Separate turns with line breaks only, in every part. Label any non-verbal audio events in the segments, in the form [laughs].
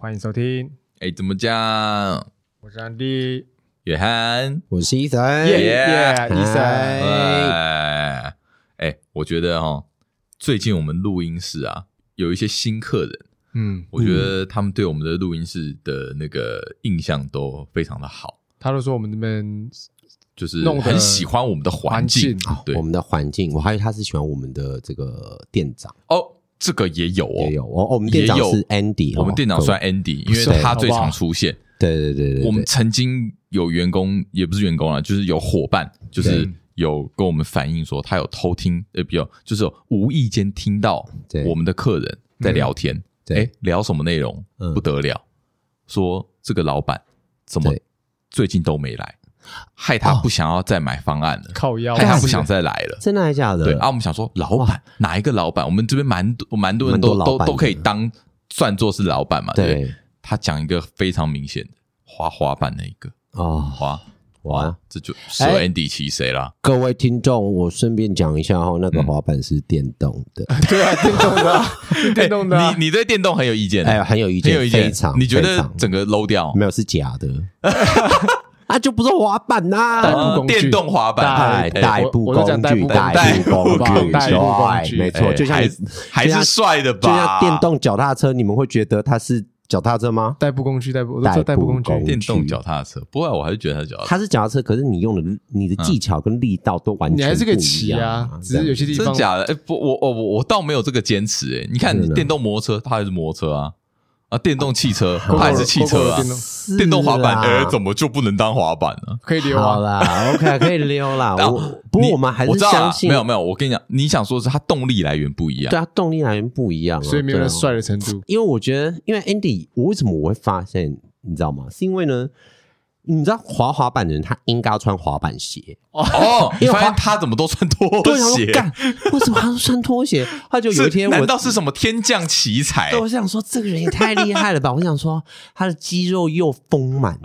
欢迎收听，
哎，怎么讲？
我是安迪，
约翰，
我是伊森，
耶耶
Yeah，
医生
嗨，
哎，哎，我觉得哈，最近我们录音室啊，有一些新客人，
嗯，
我觉得他们对我们的录音室的那个印象都非常的好，
他都说我们这边
就是
弄得
很喜欢我们的环境
环境
哦
对
我们的环境，我还以为他是喜欢我们的这个店长，
哦，这个也有哦，
也有哦，哦我们店长
也有
是 Andy，哦
我们店长
各位
算 Andy，因为
对
他最
好不好
常出现。
对对对对，
我们
对
曾经有员工，也不是员工啊，就是有伙伴，就是
对
有跟我们反映说，他有偷听，呃，比较就是有无意间听到
对嗯
我们的客人在聊天，
对
哎，聊什么内容
嗯
不得了，说这个老板怎么
对哦
最近都没来，害他不想要再买方案了，
靠腰，
害他不想再来了。
真的还假的？
对啊，我们想说老板哪一个老板？我们这边蛮多蛮多人
蛮多
都
老
都
板
都可以
的
当算作是老板嘛，对不对
对
他讲一个非常明显的滑滑板那一个
哦，
滑
哇！
这就蛇
哎
Andy 骑谁啦？
各位听众，我顺便讲一下哦，那个
嗯
滑板是电动
[laughs]
的，
[laughs] 对啊，电动的啊，是电动的啊，
哎你你对电动很有意见，
哎呀，很有意
很
见，
有意见
非常，，
你觉
非
得
常
整个 low 掉？
没有是
[laughs]
假的？啊，就不是滑板
代
呐，
步工具
啊电动滑板，
代
哎
代步
我我
工
都讲代
具，
步
代步
工
工
具 [laughs]
具，
代步工具
对没错，
哎
就像
还
你
是还
就像
是帅的
就
吧？
像电动脚踏车，你们会觉得它是脚踏车吗？
代步工具，代步，我都说代
代
步
步
工具
工，具
电动脚踏车，不过我还是觉得他脚踏
它是脚踏车，可是你用的你的技巧跟力道都完全
你还是可以骑
不一样
啊，只是有些
车
地
真
方
的假的？哎，不，我我我我倒没有这个坚持。哎，你看
真的
电动摩托车，它还是摩托车啊啊，电动汽车它
GoGo
还是汽车
GoGo 的
啊
电，动
是
电动滑板
啦
哎，怎么就不能当滑板呢？
可以溜啊，
好啦？OK，可以
[laughs]
溜啦。
啊
我不过
你
我们还
我
是
知道啊
相信，
没有没有，我跟你讲，你想说是它动力来源不一样
对，啊，动力来源不一样啊，
所以没有
对
那
啊
帅的程度，
因为我觉得，因为 Andy，我为什么我会发现，你知道吗？是因为呢，你知道滑滑板的人他应该要穿滑板鞋，
哦，你
[laughs] 因为
发现
滑
他怎么都穿拖
对，他说
哦鞋？
干，为什么他穿拖鞋？他就是有一天我
难道是什么天降奇才
对，？我想说这个人也太厉害了吧！我想说他的肌肉又丰满，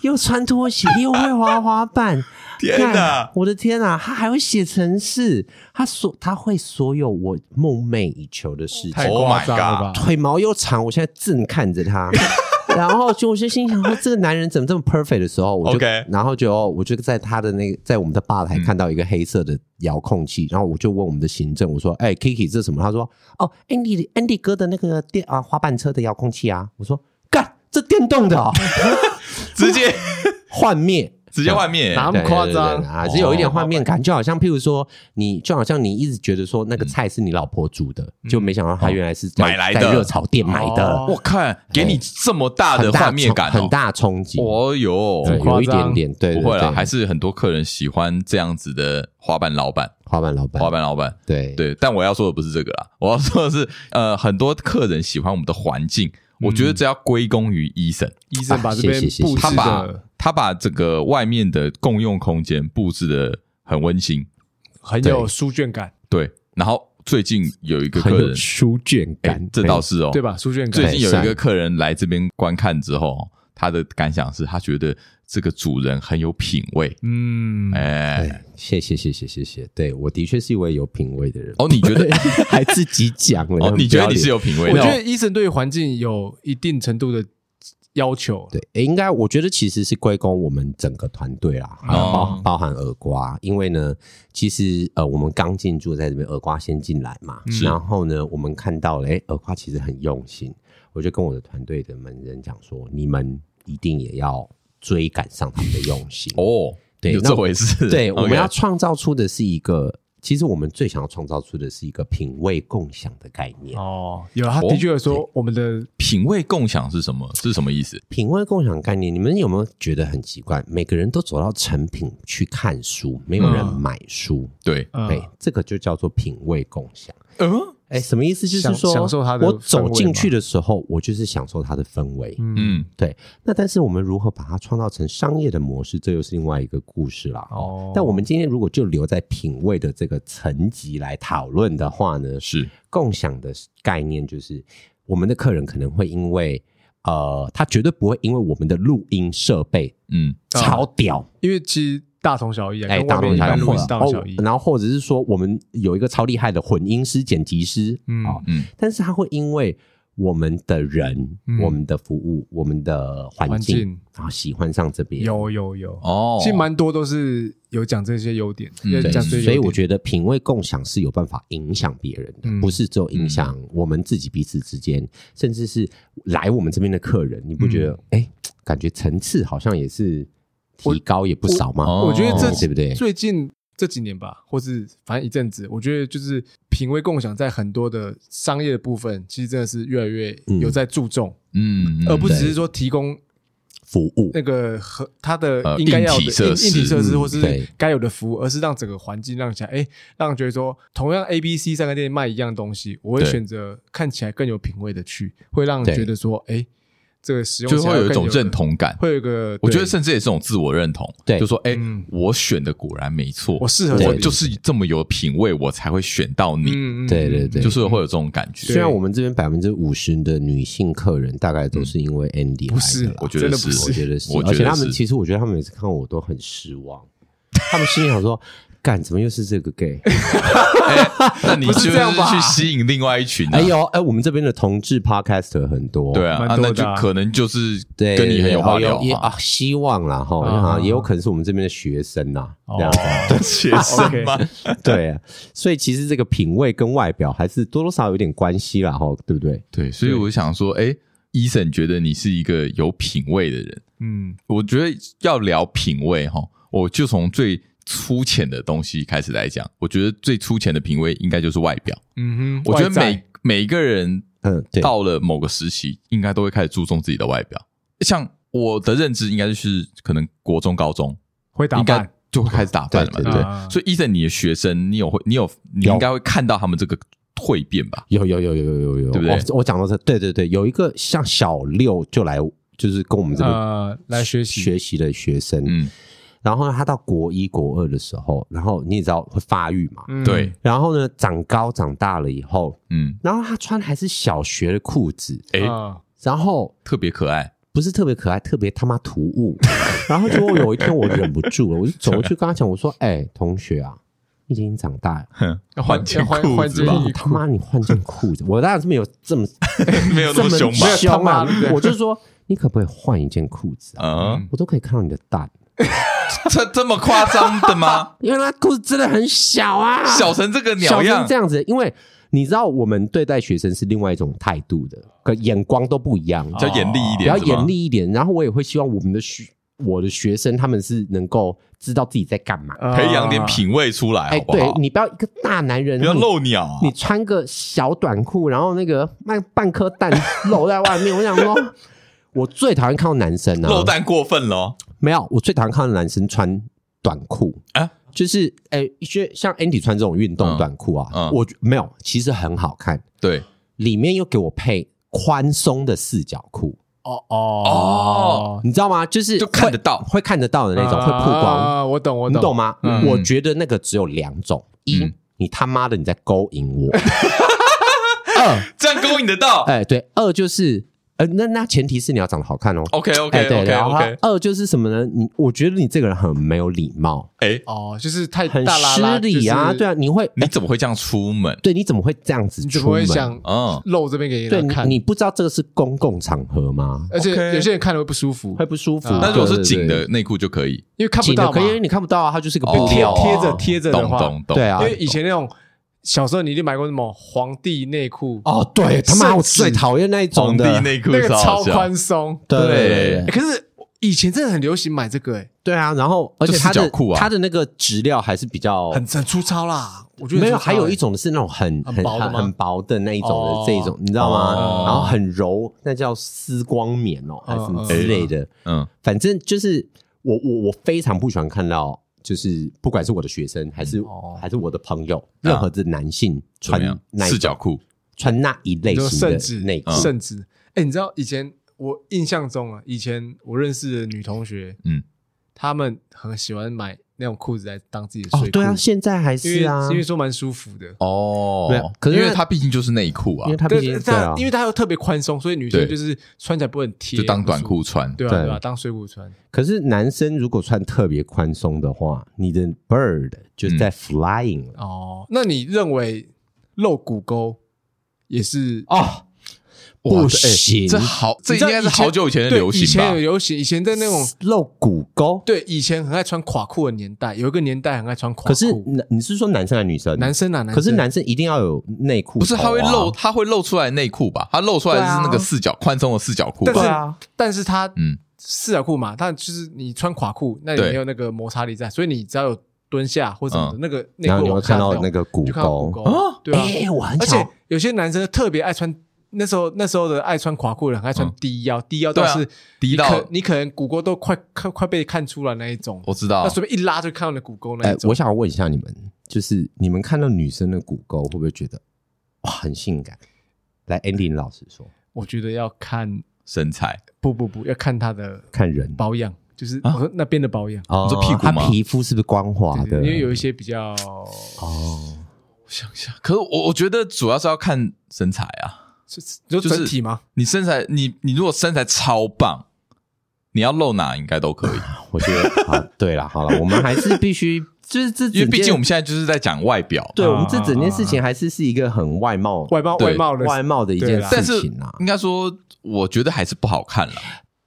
又穿拖鞋，又会滑滑板。
天
干
哪
我的天哪！他还会写程式，他所他会所有我梦寐以求的事
太
情。
Oh
夸
my
张了吧？
腿毛又长，我现在正看
[laughs]
着他。然后就我就心想说，这个男人怎么这么 perfect 的时候，我就
OK
然后就哦我就在他的那个在我们的吧台看到一个黑色
嗯
的遥控器，然后我就问我们的行政，我说：“哎、k i k i 这是什么？”他说：“哦，Andy 的 Andy 哥的那个电啊滑板车的遥控器啊。”我说：“干，这电动的、哦， [laughs]
直接
幻灭。”
直接外面
哪那么
对对
夸
对
张
对还是有一
哦
点画面感，就好像譬如说，你就好像你一直觉得说那个菜是你老婆煮的，就没想到她原来是在
嗯哦买来的
在热炒店买
哦
的，
我看给你这么大的
很大
画面
冲
感哦，
很大冲击，
哦
对
很
哟，
夸张
有一点点，对，
不会
了，
啦，还
是
是很多客人喜欢这样子的滑板老板，
滑板老板
滑，板老板。
对，
对，但我要说的不是这个啦，我要说的是，呃，很多客人喜欢我们的环境，我觉得
嗯
这要归功于医生，
医生把
啊
这边
谢谢谢谢
布
他
置
把
的
他把整个外面的共用空间布置的很温馨，
很有书卷感，
对，然后最近有一个
很
客
有
人，
书卷
哎、
感，
这倒是哦，
对？吧？书卷感哎
最，近有一个客人来这边观看之后，哦他的感想是他觉得这个主人很有品味，
嗯，
哎、
对。谢谢谢谢谢谢，对我的确是一位有品味的人，
哦，你觉得？
[laughs] 还自己讲了，
哦，你觉得你是
有？
有品味
我
的
觉
哦？
得医生对环境有一定程度的要求，
对，诶应该我觉得其实是归功我们整个团队啦，还有
哦
包包含耳瓜，因为呢，其实呃，我们刚进驻在这边，耳瓜先进来嘛，
是
然后呢，我们看到了，哎，耳瓜其实很用心，我就跟我的团队的门人讲说，你们一定也要追赶上他们的用心。
哦，
对
有
那
这回事。 [laughs]
对，
OK
我们要创造出的是一个，其实我们最想要创造出的是一个品味共享的概念。
哦，有他的确有说我们的
品味共享是什么？是什么意思？
品味共享概念，你们有没有觉得很奇怪？每个人都走到成品去看书，没有人
嗯
买书，
对，
呃
对，这个就叫做品味共享。
嗯
哎，什么意思？就
享
是说，
享受它的
我
氛
走
围
进
嘛
去的时候，我就是享受它的氛围。
嗯
嗯，
对，那但是我们如何把它创造成商业的模式，这又是另外一个故事啦。
哦
但我们今天如果就留在品味的这个层级来讨论的话呢，
是
共享的概念就是，我们的客人可能会因为呃，他绝对不会因为我们的录音设备
嗯，
啊
超屌，
因为其实大同小异啊，
哎、
跟
大
外面
同
一般录音
小异，或者
室大同小
哦
异，，
然后或者是说我们有一个超厉害的混音师、剪辑师，
嗯
嗯，哦、
嗯
但是他会因为我们的人、
嗯
我们的服务、我们的环
环
境，
境
然后喜欢上这边。
有有有，
哦，
其实蛮多都是有讲这些优点，
嗯
有
对，
讲这些优
所以
点
我觉得品味共享是有办法影响别人的，
嗯
不是只有影响我们自己彼此之间，甚至是来我们这边的客人，你不觉得？
嗯
哎、感觉层次好像也是提高也不少嘛，
哦
我觉得这
对不对？
最近这几年吧，或是反正一阵子，我觉得就是品味共享在很多的商业的部分，其实真的是越来越
嗯
有在注重，
嗯，嗯
而呃不只
对
是说提供
服务
那个和它的
呃
应该要的
硬体设施
硬体设施
嗯
或是
对
该有的服务，而是让整个环境让起来，哎，让人觉得说同样 A、B、C 三个店卖一样东西，我会
对
选择看起来更有品味的去，会让人
对
觉得说，哎，这个使用
就
起来
会有一
更
种认，同感。
会有一个
我觉得
对
甚至也是一种自我认同，
对
就说哎
嗯，
我选的果然没错，
我适合
这
我
里
就是这么有品味，我才会选到你，
嗯嗯
对对对
就是会有这种感
对嗯
觉。
虽然我们这边百分之五十的女性客人大概都是因为 Andy
不是
来的啦
我觉得
真的
是
不
我觉得是
我，觉得
而且他们
是
其实我觉得他们每次看我都很失望，他们心里想说：“干，怎么又是这
[laughs]
个 gay？”
那你
不
就是是
这样吧
去吸引另外一群啊
哎，呦，哎，我们这边的同志 podcaster 很多，
对啊，啊
蛮
那
多
就
的啊
可能就是
对，
跟你很有话聊
哦也
啊
啊，希望啦哈，
啊
啊也有可能是我们这边的学生呐，这样
哦，
学
[laughs]
[laughs]
生吗
对啊，所以其实这个品味跟外表还是多多少少有点关系啦哈，对不对？
对，所以我想说，哎，医生觉得你是一个有品味的人，
嗯，
我觉得要聊品味哈，我就从最粗浅的东西开始来讲。我觉得最粗浅的品味应该就是外表。
嗯哼，
我觉得
外在
每每一个人
嗯，对，
到了某个时期，应该都会开始注重自己的外表。像我的认知，应该就是可能国中、高中
会打
应该
扮，
就会开始打扮了嘛，
对
对不
对
对
对？所以，医生，你的学生，你有会，你有，你应该会看到他们这个蜕变吧？
有有有有有有有，
对不对
哦我讲到这，对对对，有一个像小六就来，就是跟我们这边
呃，来学习，
学习的学生，
嗯，
然后呢，他到国一国二的时候，然后你也知道会发育嘛，
嗯
对，，
然后呢，长高长大了以后，
嗯，
然后他穿还是小学的裤子，
哎，
啊
然后
特别可爱，
不是特别可爱，特别他妈突
[laughs]
兀。然后结果有一天我忍不住了，我就走过去跟他讲，我说：“哎、同学啊，你已经长大了，
哼，要
换
换件
换
裤
换
子
件
吧
衣，
你他妈你换件裤子。”我当然是没有
[laughs]
这么
[laughs] 没有那么凶吧
这？么凶啊
没有他妈的！
我就说你可不可以换一件裤子啊？
啊，
嗯
我都可以看到你的蛋，
这这么夸张的
[laughs]
吗？
因为他裤子真的很小啊，
小成这个鸟
小成
样
这，样子，因为。你知道我们对待学生是另外一种态度的，可眼光都不一样，
比较严厉一
比
点，
较
是吗
严。厉一点。然后我也会希望我们的学我的学生他们是能够知道自己在干嘛。
[laughs]
啊
培养点品味出来，
哎、
好不
对
好？
你不要一个大男人，
不要
然后
露鸟啊
你，！你穿个小短裤，然后那个半半颗蛋露在外面。我想说， [laughs] 我最讨厌看到男生啊，
露蛋过分了哦。
没有，我最讨厌看到男生穿短裤
啊
啊。就是哎，学、像 Andy 穿这种运动
嗯
短裤啊，
嗯
我觉没有，其实很好看，
对，
里面又给我配宽松的四角裤，
哦
哦
哦，
你知道吗？就是
就看
会
得到
会看得到的那种，会曝光，
啊我懂，我
你
懂，
懂吗？
嗯
我觉得那个只有两种：一
嗯，
你他妈的你在勾引我；二，
这样勾引得到。
哎，对，二就是，呃，那那前提是你要长得好看哦。
OK
哎，
OK
对，
OK
然后
OK，
二就是什么呢？你我觉得你这个人很没有礼貌，
哎，
哦，就是太
很
大拉拉
失礼啊，对
啊，
啊，你会，
你怎么会这样出门？
对，你怎么会这样子
你怎么
出
会
门？哦
想
嗯
露这边给
对
人
你
家看？
你不知道这个是公共场合吗？
而且
OK
有些人看了会不舒服
会，不舒服。
啊
那如果是紧
对，对
的内裤就可以，
因为看不
对紧的
到嘛
可，以，因为你看不到啊，它就是个布
哦
贴
料啊，
贴着贴着的
懂
话，
懂懂。
对啊
因为以前那种小时候你一定买过什么皇帝内裤，
哦，对他妈，我最讨厌那一
皇
种
帝
的，
内裤
那个
超
超
好笑，
宽松，
对
哎可是以前真的很流行买这个，哎，
对啊，然后而且它
就四角
的
裤啊
它的那个质料还是比较
很很粗糙啦，我觉得
哦没
很粗糙
有，还有一
哎
种的是那种很
很
很
薄的
很
吗
很薄的那一种
哦
的这一种，你知道吗
哦？
然后很柔，那叫丝光棉哦，还是什么
嗯嗯
之类的。
嗯，
反正就是我我我非常不喜欢看到，就是不管是我的学生还是
哦
还是我的朋友，任何的男性
怎
穿
么样？
那一
四角裤，
穿那一类
你说
型
甚
的
至
内
嗯
裤，
甚至，哎、你知道以前我印象中啊，以前我认识的女同学，
嗯，
她们很喜欢买那种裤子来当自己的睡裤、
哦，对啊，现在还
因为
是啊，
因为说蛮舒服的，
没有
哦，
可是
因为
那
它毕竟就是内裤啊
因为，它毕
对
竟，对
但
啊，
因为它又特别宽松，所以女生
对
就是穿起来不会很贴，
就当短裤穿。
很舒服，对啊
对
对啊，当睡裤穿，
可是男生如果穿特别宽松的话，你的 bird 就
嗯
在 flying 了、
哦，那你认为露骨沟也是
哦。
哇
不
这哎
行
这好，这
你
应
知
该
道
是
以前
好久以前的
对
流
以
行
前
吧
有？流行，以前在那种
露骨沟。
对以前很爱穿垮裤的年代，有一个年代很爱穿垮裤。
可是男你是说男生还是女
嗯
生？
男。生啊，男生
可是男生一定要有内裤、
不是，它会露，，它会露出来内裤吧？它露出来是那个四角宽松的四角裤
但
对
吧？
啊
是但是他
嗯
四角裤嘛，但就是你穿垮裤，那里
对
没有那个摩擦力在，所以你只要有蹲下或什么
嗯
的，那个内
然后
裤
你会
往下
看到
掉，
那个骨
就看到
沟
骨。沟
啊
对啊。
哎我很
而
巧
且，有些男生特别爱穿，那时候那时候的爱穿垮裤的人，还穿
嗯
低腰，低腰
对
倒
啊
是
低
你可
到
你可能骨沟都快快快被看出来那一种，
我知道
那，随便一拉就看到你的骨沟那
哎
一，种。
我想问一下你们，就是你们看到女生的骨沟，会不会觉得哇很性感？来，Andy 老师说，
我觉得要看，
身材
不不不，要看他的
看人
保养，就是
啊
我说那边的保养，
哦
你说屁股
他
吗
皮肤是不是光滑
对对
的？
对因为有一些比较
哦，
我想一下，可是我我觉得主要是要看身材啊。
是就
就是
整体吗？
你身材，你你如果身材超棒，你要露哪应该都
[laughs]
可以，
我觉得好，对了，好了，我们还是必须，就是这整件，
因为毕竟我们现在就是在讲外表。
对
啊
我们这整件事情还是是一个很外貌
外貌
对
外貌的
外貌的一件
对啦
但
事
是
情啊。
应该说，我觉得还是不好看了。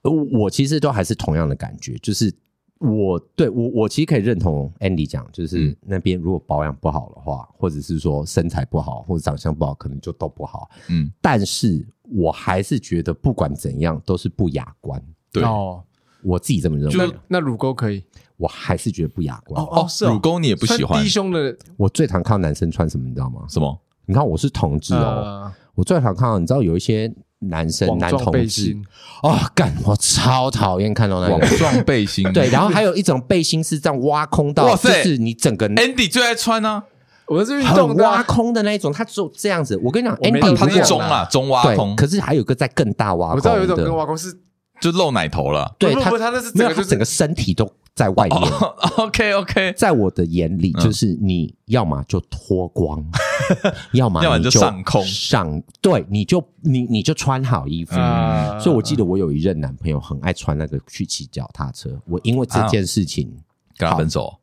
呃我其实都还是同样的感觉，就是我对我我其实可以认同 Andy 讲，就是
嗯
那边如果保养不好的话，或者是说身材不好或者长相不好，可能就都不好。
嗯，
但是我还是觉得不管怎样都是不雅观，
对。
哦，
我自己这么认为
那，那乳沟可以
我还是觉得不雅观。
哦是哦
乳沟你也不喜
穿
欢
低胸的
我最常看到男生穿什么，你知道吗？
什么？
你看我是同志哦，
呃
我最常看到，你知道有一些男生
网
男
状背
同志
心，嗯
哦，干我超讨厌看到那
网
个。
状背心。
对，然后还有一种背心是这样挖空到，
哇
就
塞
是你整个
Andy 最爱穿啊，
我哎是运动
很
的
挖
啊，
空的那一种，它只有这样子。我跟你讲
我没到
，Andy
他
不
是
过
中
啦
啦，中挖空
对，，可是还有一个在更大挖
我
空的，
知道有一种跟挖空是，
就露奶头了。
[laughs] 对
不不
他
不他那是
没
整
有，
个
他
就是
整个身体都在外面。
OK OK，
在我的眼里，
嗯
就是你要么就脱光， [laughs] 要么
要不然
你
就上空
上对，你就你你就穿好衣服。
啊
所以我记得我有一任男朋友很爱穿那个去骑脚踏车，我因为这件事
啊
情
跟他分手。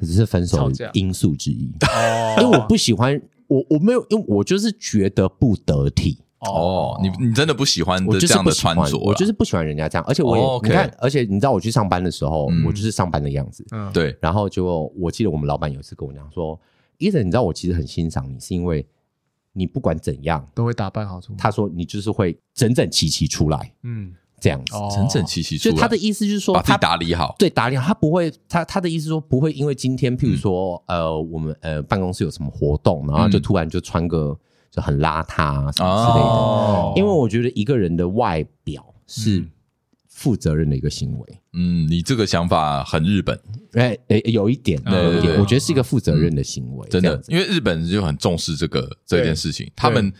只是分手
吵
的
架
因素之一。
哦
[laughs] 因为我不喜欢，我我没有，因为我就是觉得不得体，
哦，你你真的不喜欢
我
的
就
这
是
样
不
的
喜欢
穿，着啦，啊
我就是不喜欢人家这样，而且我也、
哦，OK
你看，而且你知道我去上班的时候，
嗯
我就是上班的样子，
嗯
对
然后就我记得我们老板有一次跟我讲说，伊森，你知道我其实很欣赏你，是因为你不管怎样，
都会打扮好出门，
他说你就是会整整齐齐出来
嗯
这样子，
哦
整整齐齐出
就
来。
他的意思就是说
把自
他
己打理好，
对打理好，他不会，他他的意思说不会，因为今天
嗯
譬如说、呃，我们呃办公室有什么活动，然后就
嗯
突然就穿个就很邋遢啊什么之类的，
哦
因为我觉得一个人的外表是
嗯
负责任的一个行为。
嗯，你这个想法很日本，
哎、哎，有一点，
对
有一
对
点，
对嗯
我觉得是一个负责任的行为，
真
这
的
样，子
因为日本人就很重视这个这件事情，他们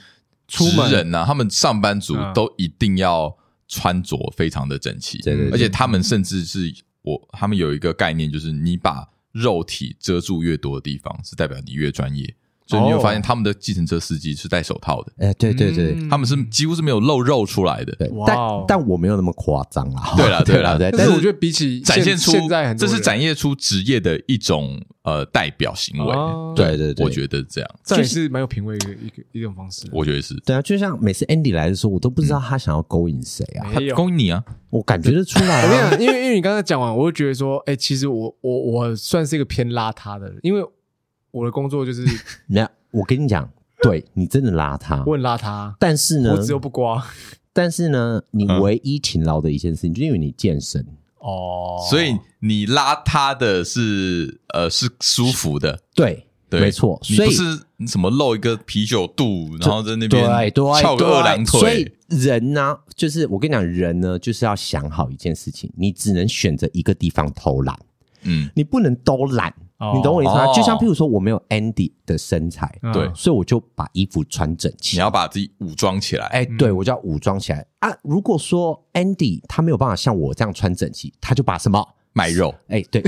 出门
职人啊呐、他们上班族
嗯
都一定要穿着非常的整齐，
对对对
而且他们甚至是我，他们有一个概念，就是你把肉体遮住越多的地方，是代表你越专业。所以你会发现，他们的计程车司机是戴手套的，
哎、对对对、
哦嗯
他们是几乎是没有露肉出来的。
对
哇，
但
哦
但我没有那么夸张啦。
对
[laughs]
啦对啦
对，
但是
但是
我觉得比起
展现出
现在很多
这
人
是展现出职业的一种呃代表行为。
哦
对对对
我觉得这样，
这也是蛮有品味的一个一种方式，
我觉得是
对啊，就像每次 Andy 来的时候，我都不知道他想要勾引谁啊，
没有。
恭喜你啊！
我感觉得出来、
我跟你
啊。
讲，因为因为你刚才讲完，我就觉得说，哎、其实我我我算是一个偏邋遢的人，因为我的工
[laughs]
作就是
那我跟你讲，对你真的邋
我
遢，
很邋遢，
但是呢
我，只有不刮
但是呢，你
嗯
唯一勤劳的一件事情，就是因为你健身，
哦，
所以你拉他的是呃是舒服的，
对，
对，
没错，
你
所以
不是什么露一个啤酒肚，然后在那边
对对
翘个
对
二郎
所
腿
以，人呢、就是我跟你讲，人呢就是要想好一件事情，你只能选择一个地方偷懒，
嗯，
你不能都懒，
哦
你懂我意思吗？
哦
就像譬如说，我没有 Andy 的身材，
嗯
对
所以我就把衣服穿整
你
齐。
要把自己武装起来。
哎，
嗯
对，我就要武装起来啊！如果说 Andy 他没有办法像我这样穿整齐，他就把什么？
卖肉，
哎，对，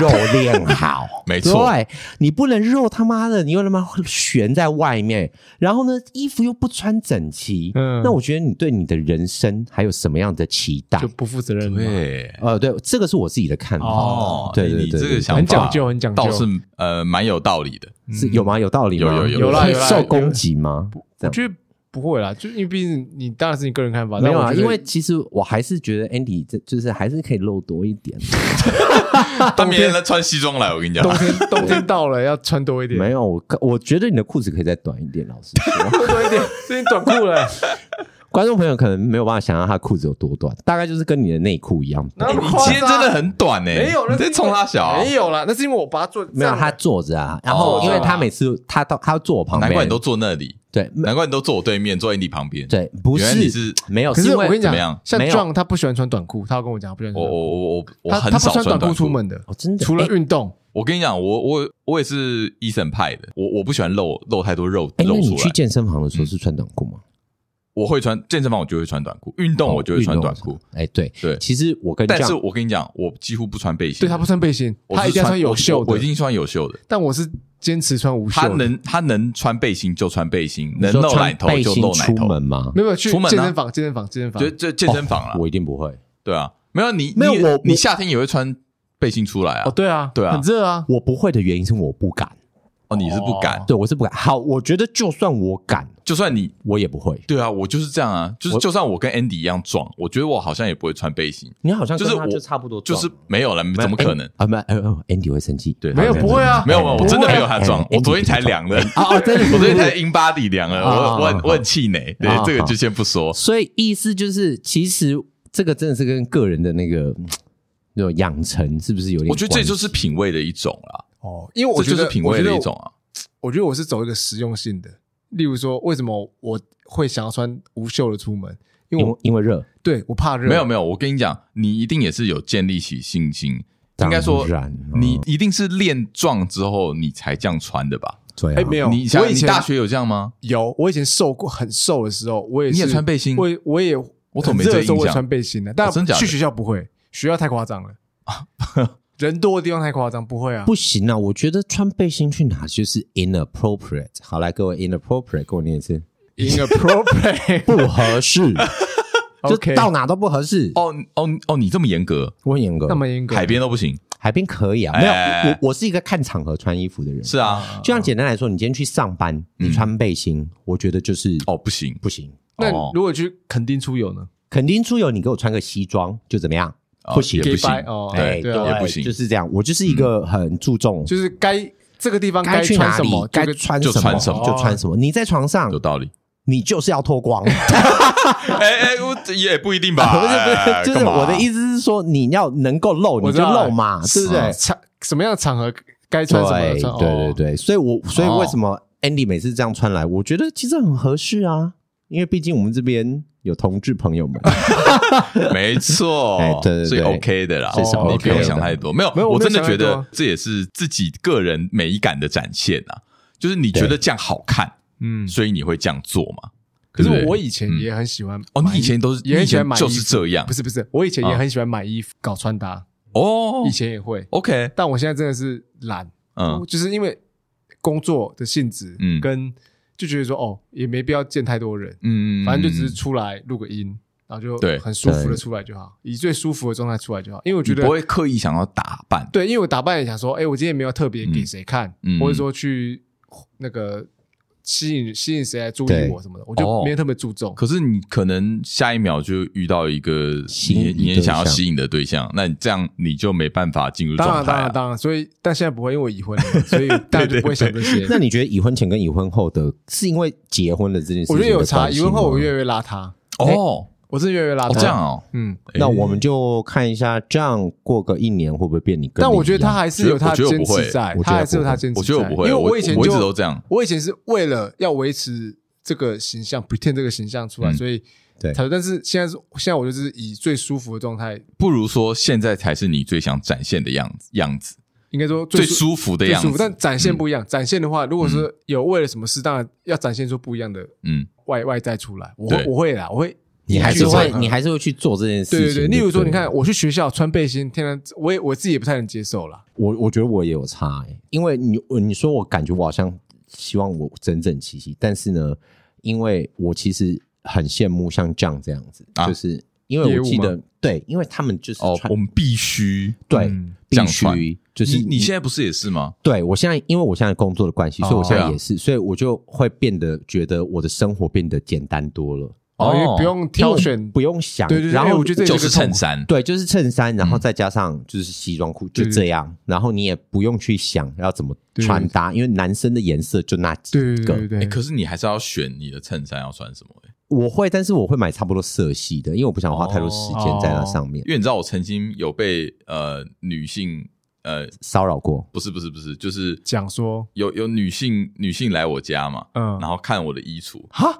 肉练好，
没错
对，你不能肉他妈的，你又他妈悬在外面，然后呢，衣服又不穿整齐，
嗯
那我觉得你对你的人生还有什么样的期待
就？不负责任嘛，
啊对，
呃，对，这个是我自己的看法。
哦
对对
哎你
对对
这个
对
想法
很讲究，很讲究，
倒是呃蛮有道理的。
[laughs]
是有吗？有道理吗？
有有有
有啦
会
有啦
受攻击吗？这
我
样
觉得不会啦，就因为毕竟你当然是你个人看法，
没有
但我
啊，
觉得
因为其实我还是觉得 Andy 这就是还是可以露多一点。啊
但别人穿西装来，我跟你讲，
冬天 [laughs] 冬天到了要穿多一点，
没有，我我觉得你的裤子可以再短一点，老实
[laughs]
说。
多一点，最近短裤了，
观众朋友可能没有办法想象他裤子有多短，大概就是跟你的内裤一样短。
哪
[laughs]
有
你今天真的很短呢、
啊没有，那
你
是因
在
为
冲他小、
没有啦，那是因为我把它做
没有，
站
他
了
坐着啊，然后
哦
因为他每次他到他坐我旁边，
难怪你都坐那里，
对
难怪你都坐我对面，坐在你旁边。，
对，不
原来
是
你是
没有，
可
是
是
因
我跟
为
你
怎
讲
么样，
像
没有
John 他不喜欢穿短裤，他要跟我讲他不喜欢
我
穿短裤，
我我我我
他
很
他不
少
穿短
裤
裤出。门的，
哦，真的
除了
哎
运动，
我跟你讲，我我我也是 Eason 派的，我我不喜欢露露太多肉
哎，那
露出
你去
来。嗯
健身房的时候是穿短裤吗？
我会穿健身房，我就会穿短裤；运
哦
动我就会穿短裤。。
哎，对
对
其实我跟
但是
John-
我跟你讲，我几乎不穿背心。
对他不穿背心，
我
他
是
一定要穿有袖
我我我
的
一，定穿有袖的。
但我是坚持穿无袖
他
的。
能他能穿背心就穿背心，能
你说
露奶
穿
头
背
就
心
露奶
出
头。
门吗？
没有去
出门啊
健身房，健身房，健身房
就。这健身房啦，
我一定不会，
对啊，没有你
没有
你
我
你
我
夏天也会穿背心出来啊
哦，？对啊，
对啊
很热啊。
我不会的原因是我不敢。
哦，你是不敢
哦，
对，我是不敢。好，我觉得就算我敢，
就算你
我也不会。
对啊，我就是这样啊，就是就算我跟 Andy 一样壮，我觉得我好像也不会穿背心，
你好像跟
就是
他
我
就差不多
就
壮，
是没有了，怎么可能？
啊？没呃呃，Andy 会生气。
对，
没有
他
不会啊
没有没有，
不
我
会
真的没有他壮
哎，哎
我昨天才量的，
啊啊，真的 [laughs]
我昨天才 in body 量了，
啊啊
我我
啊
很我很气馁，对
啊啊
这个就先不说，
所以意思就是，其实这个真的是跟个人的那个嗯那种养成是不是有点
我
关系？
觉得这就是品味的一种啦，
哦，因为我
这
觉
就
得
是品味的一种。啊。
我觉得我觉得我是走一个实用性的，例如说，为什么我会想要穿无袖的出门？因为
因为
我
因为热，
对我怕热。
没有没有，我跟你讲，你一定也是有建立起信心。应该说
当然，嗯
你一定是练壮之后你才这样穿的吧？
对啊，
哎没有
你想
我以
你
前
大学有这样吗？
有，我以前瘦过，很瘦的时候，我也
你也
是
穿背心
我也我也我
怎么没
热
这
的
印
时
象
候
哦
我也穿背心的，但
真假的
去学校不会，学校太夸张
[laughs]
了，人多的地方太夸张，不会啊。
不行啊！我觉得穿背心去哪就是 inappropriate。好，来各位 inappropriate，跟我念一次，
[laughs]
inappropriate，
不合适， [laughs] 就
OK
到哪都不合适。
哦哦哦，你这么严格，
我很严格，
那么严格，
海边都不行。
海边可以啊，
哎
没有
哎哎
我我是一个看场合穿衣服的人。
是啊，
就像简单来说，你今天去上班，你穿背心，我觉得就是
哦不行，
不行。
那
哦
如果去垦丁出游呢？
肯定出游，你给我穿个西装就怎么样？
哦
不行
也不行
gay bye，哦，
对
哎
对
也
啊，
不行
就是这样。我就是一个很注重，
就是该这个地方
该去
穿
哪
什
里
么，
该
就跟
穿
就
什
穿
么
什么
就穿什么。你在床上
有，道理。
你就是要脱光。
哎哎，我也不一定吧？
[laughs]
哎
不是不是， [laughs] 就是我的意
思。
思是说，你要能够露，你
我知
就
道哎啊
露嘛，对不对？
场什么样的场合该穿什么
对
穿
对对，
哦
对，所以我所以为什么 Andy 每次这样穿来，我觉得其实很合适啊，因为毕竟我们这边有同志
[laughs]
朋友们。
没错
哎，对对
所以
对
OK 的啦，
所以是
哦你
OK
不用
的
想太多。没有，
没有
我
我没
真
有
的觉
想太
得
多啊
这也是自己个人美感的展现啊，就是你觉得这样好看，
嗯。
所以你会这样做嘛？
可是
对不对
我以前也很喜欢
哦，
买
你以前都是
也
你以
很喜欢
前
买
就是
衣服
这样
不是不是，我以前也
啊
很喜欢买衣服搞穿搭，
哦
以。前也会，
OK，
但我现在真的是懒，
嗯，
就是因为工作的性质，
嗯
跟就觉得说哦，也没必要见太多人，
嗯，
反正就只是出来录个音，然后
对
就很舒服
对
的出来就好，以最舒服的状态出来就好，因为我觉
你
得
不会刻意想要打扮，
对，因为我打扮也想说，哎、我今天没有特别给谁看，
嗯嗯
或者说去那个吸引吸引谁来注
对
意我什么的，我就
哦
没有特别注重。
可是你可能下一秒就遇到一个
吸
你
引
你
对
也想要
象
吸引的对象，那你这样你就没办法进入
当然，
状态
当然，
啊。
当然，所以但现在不会，因为我已婚了嘛，
[laughs]
所以大家就不会想这些。
那你觉得已婚前跟已婚后的，是因为结婚了这件事情
我
的
觉
关
得
系吗？
有差，已婚后我越来越邋遢，
哦
我真的越来越邋
哦
遢。
这样，哦，
嗯，
那
哎
我们就看一下，这样过个一年会不会变你跟你一样？
但我觉得他还是有他
我觉得我
坚
不会
持在
我觉得，
他还是有
不会
他坚持在。
我觉得我不会，
因为
我
以前就
我一直都这样。
我以前是为了要维持这个形象，pretend 这个形象出来，
嗯
所以
对
才但是现在是现在我就是以最舒服的状态，
不如说现在才是你最想展现的样子，样子
应该说
最
舒
舒服的
最
样
舒
子嗯
服，。但展现不一样。展现的话，如果是有为了什么事，当然要展现出不一样的
嗯，
外外在出来。我
对
我会啦，我会。
你还是
就是
会
会，
你还是会去做这件事
对
情。
对对，例如说，
对
你看我去学校穿背心，天然我也我自己也不太能接受啦。
我我觉得我也有差、欸，因为你我你说我感觉我好像希望我整整齐齐，但是呢，因为我其实很羡慕像这样这样子，
啊
就是因为
业
我
务
记
吗
得对，因为他们就是
哦，
穿、
我们必须
对、
嗯
必
这样穿
须就是
你你现在不是也是吗？
对我现在，因为我现在工作的关系，所以我
哦
现
对
在
啊
也是，所以我就会变得觉得我的生活变得简单多了，
哦，因为不用挑选，
不用想，
对对对
然
哎
后
我觉得这也
就
个
是
痛苦
衬衫，
对，就是衬衫，然后再加上就是西装裤，
嗯
就
对
这样。然后你也不用去想要怎么
对
穿搭，因为男生的颜色就那几
对对
个。
对对
哎，
对，
可是你还是要选你的衬衫要穿什么欸，
我会，但是我会买差不多色系的，因为我不想花太多时间在
哦
那上面。
因为你知道我曾经有被呃女性呃
骚扰过，
不是不是不是，就是
讲说，
有有女性女性来我家嘛，
嗯，
然后看我的衣橱，
哈，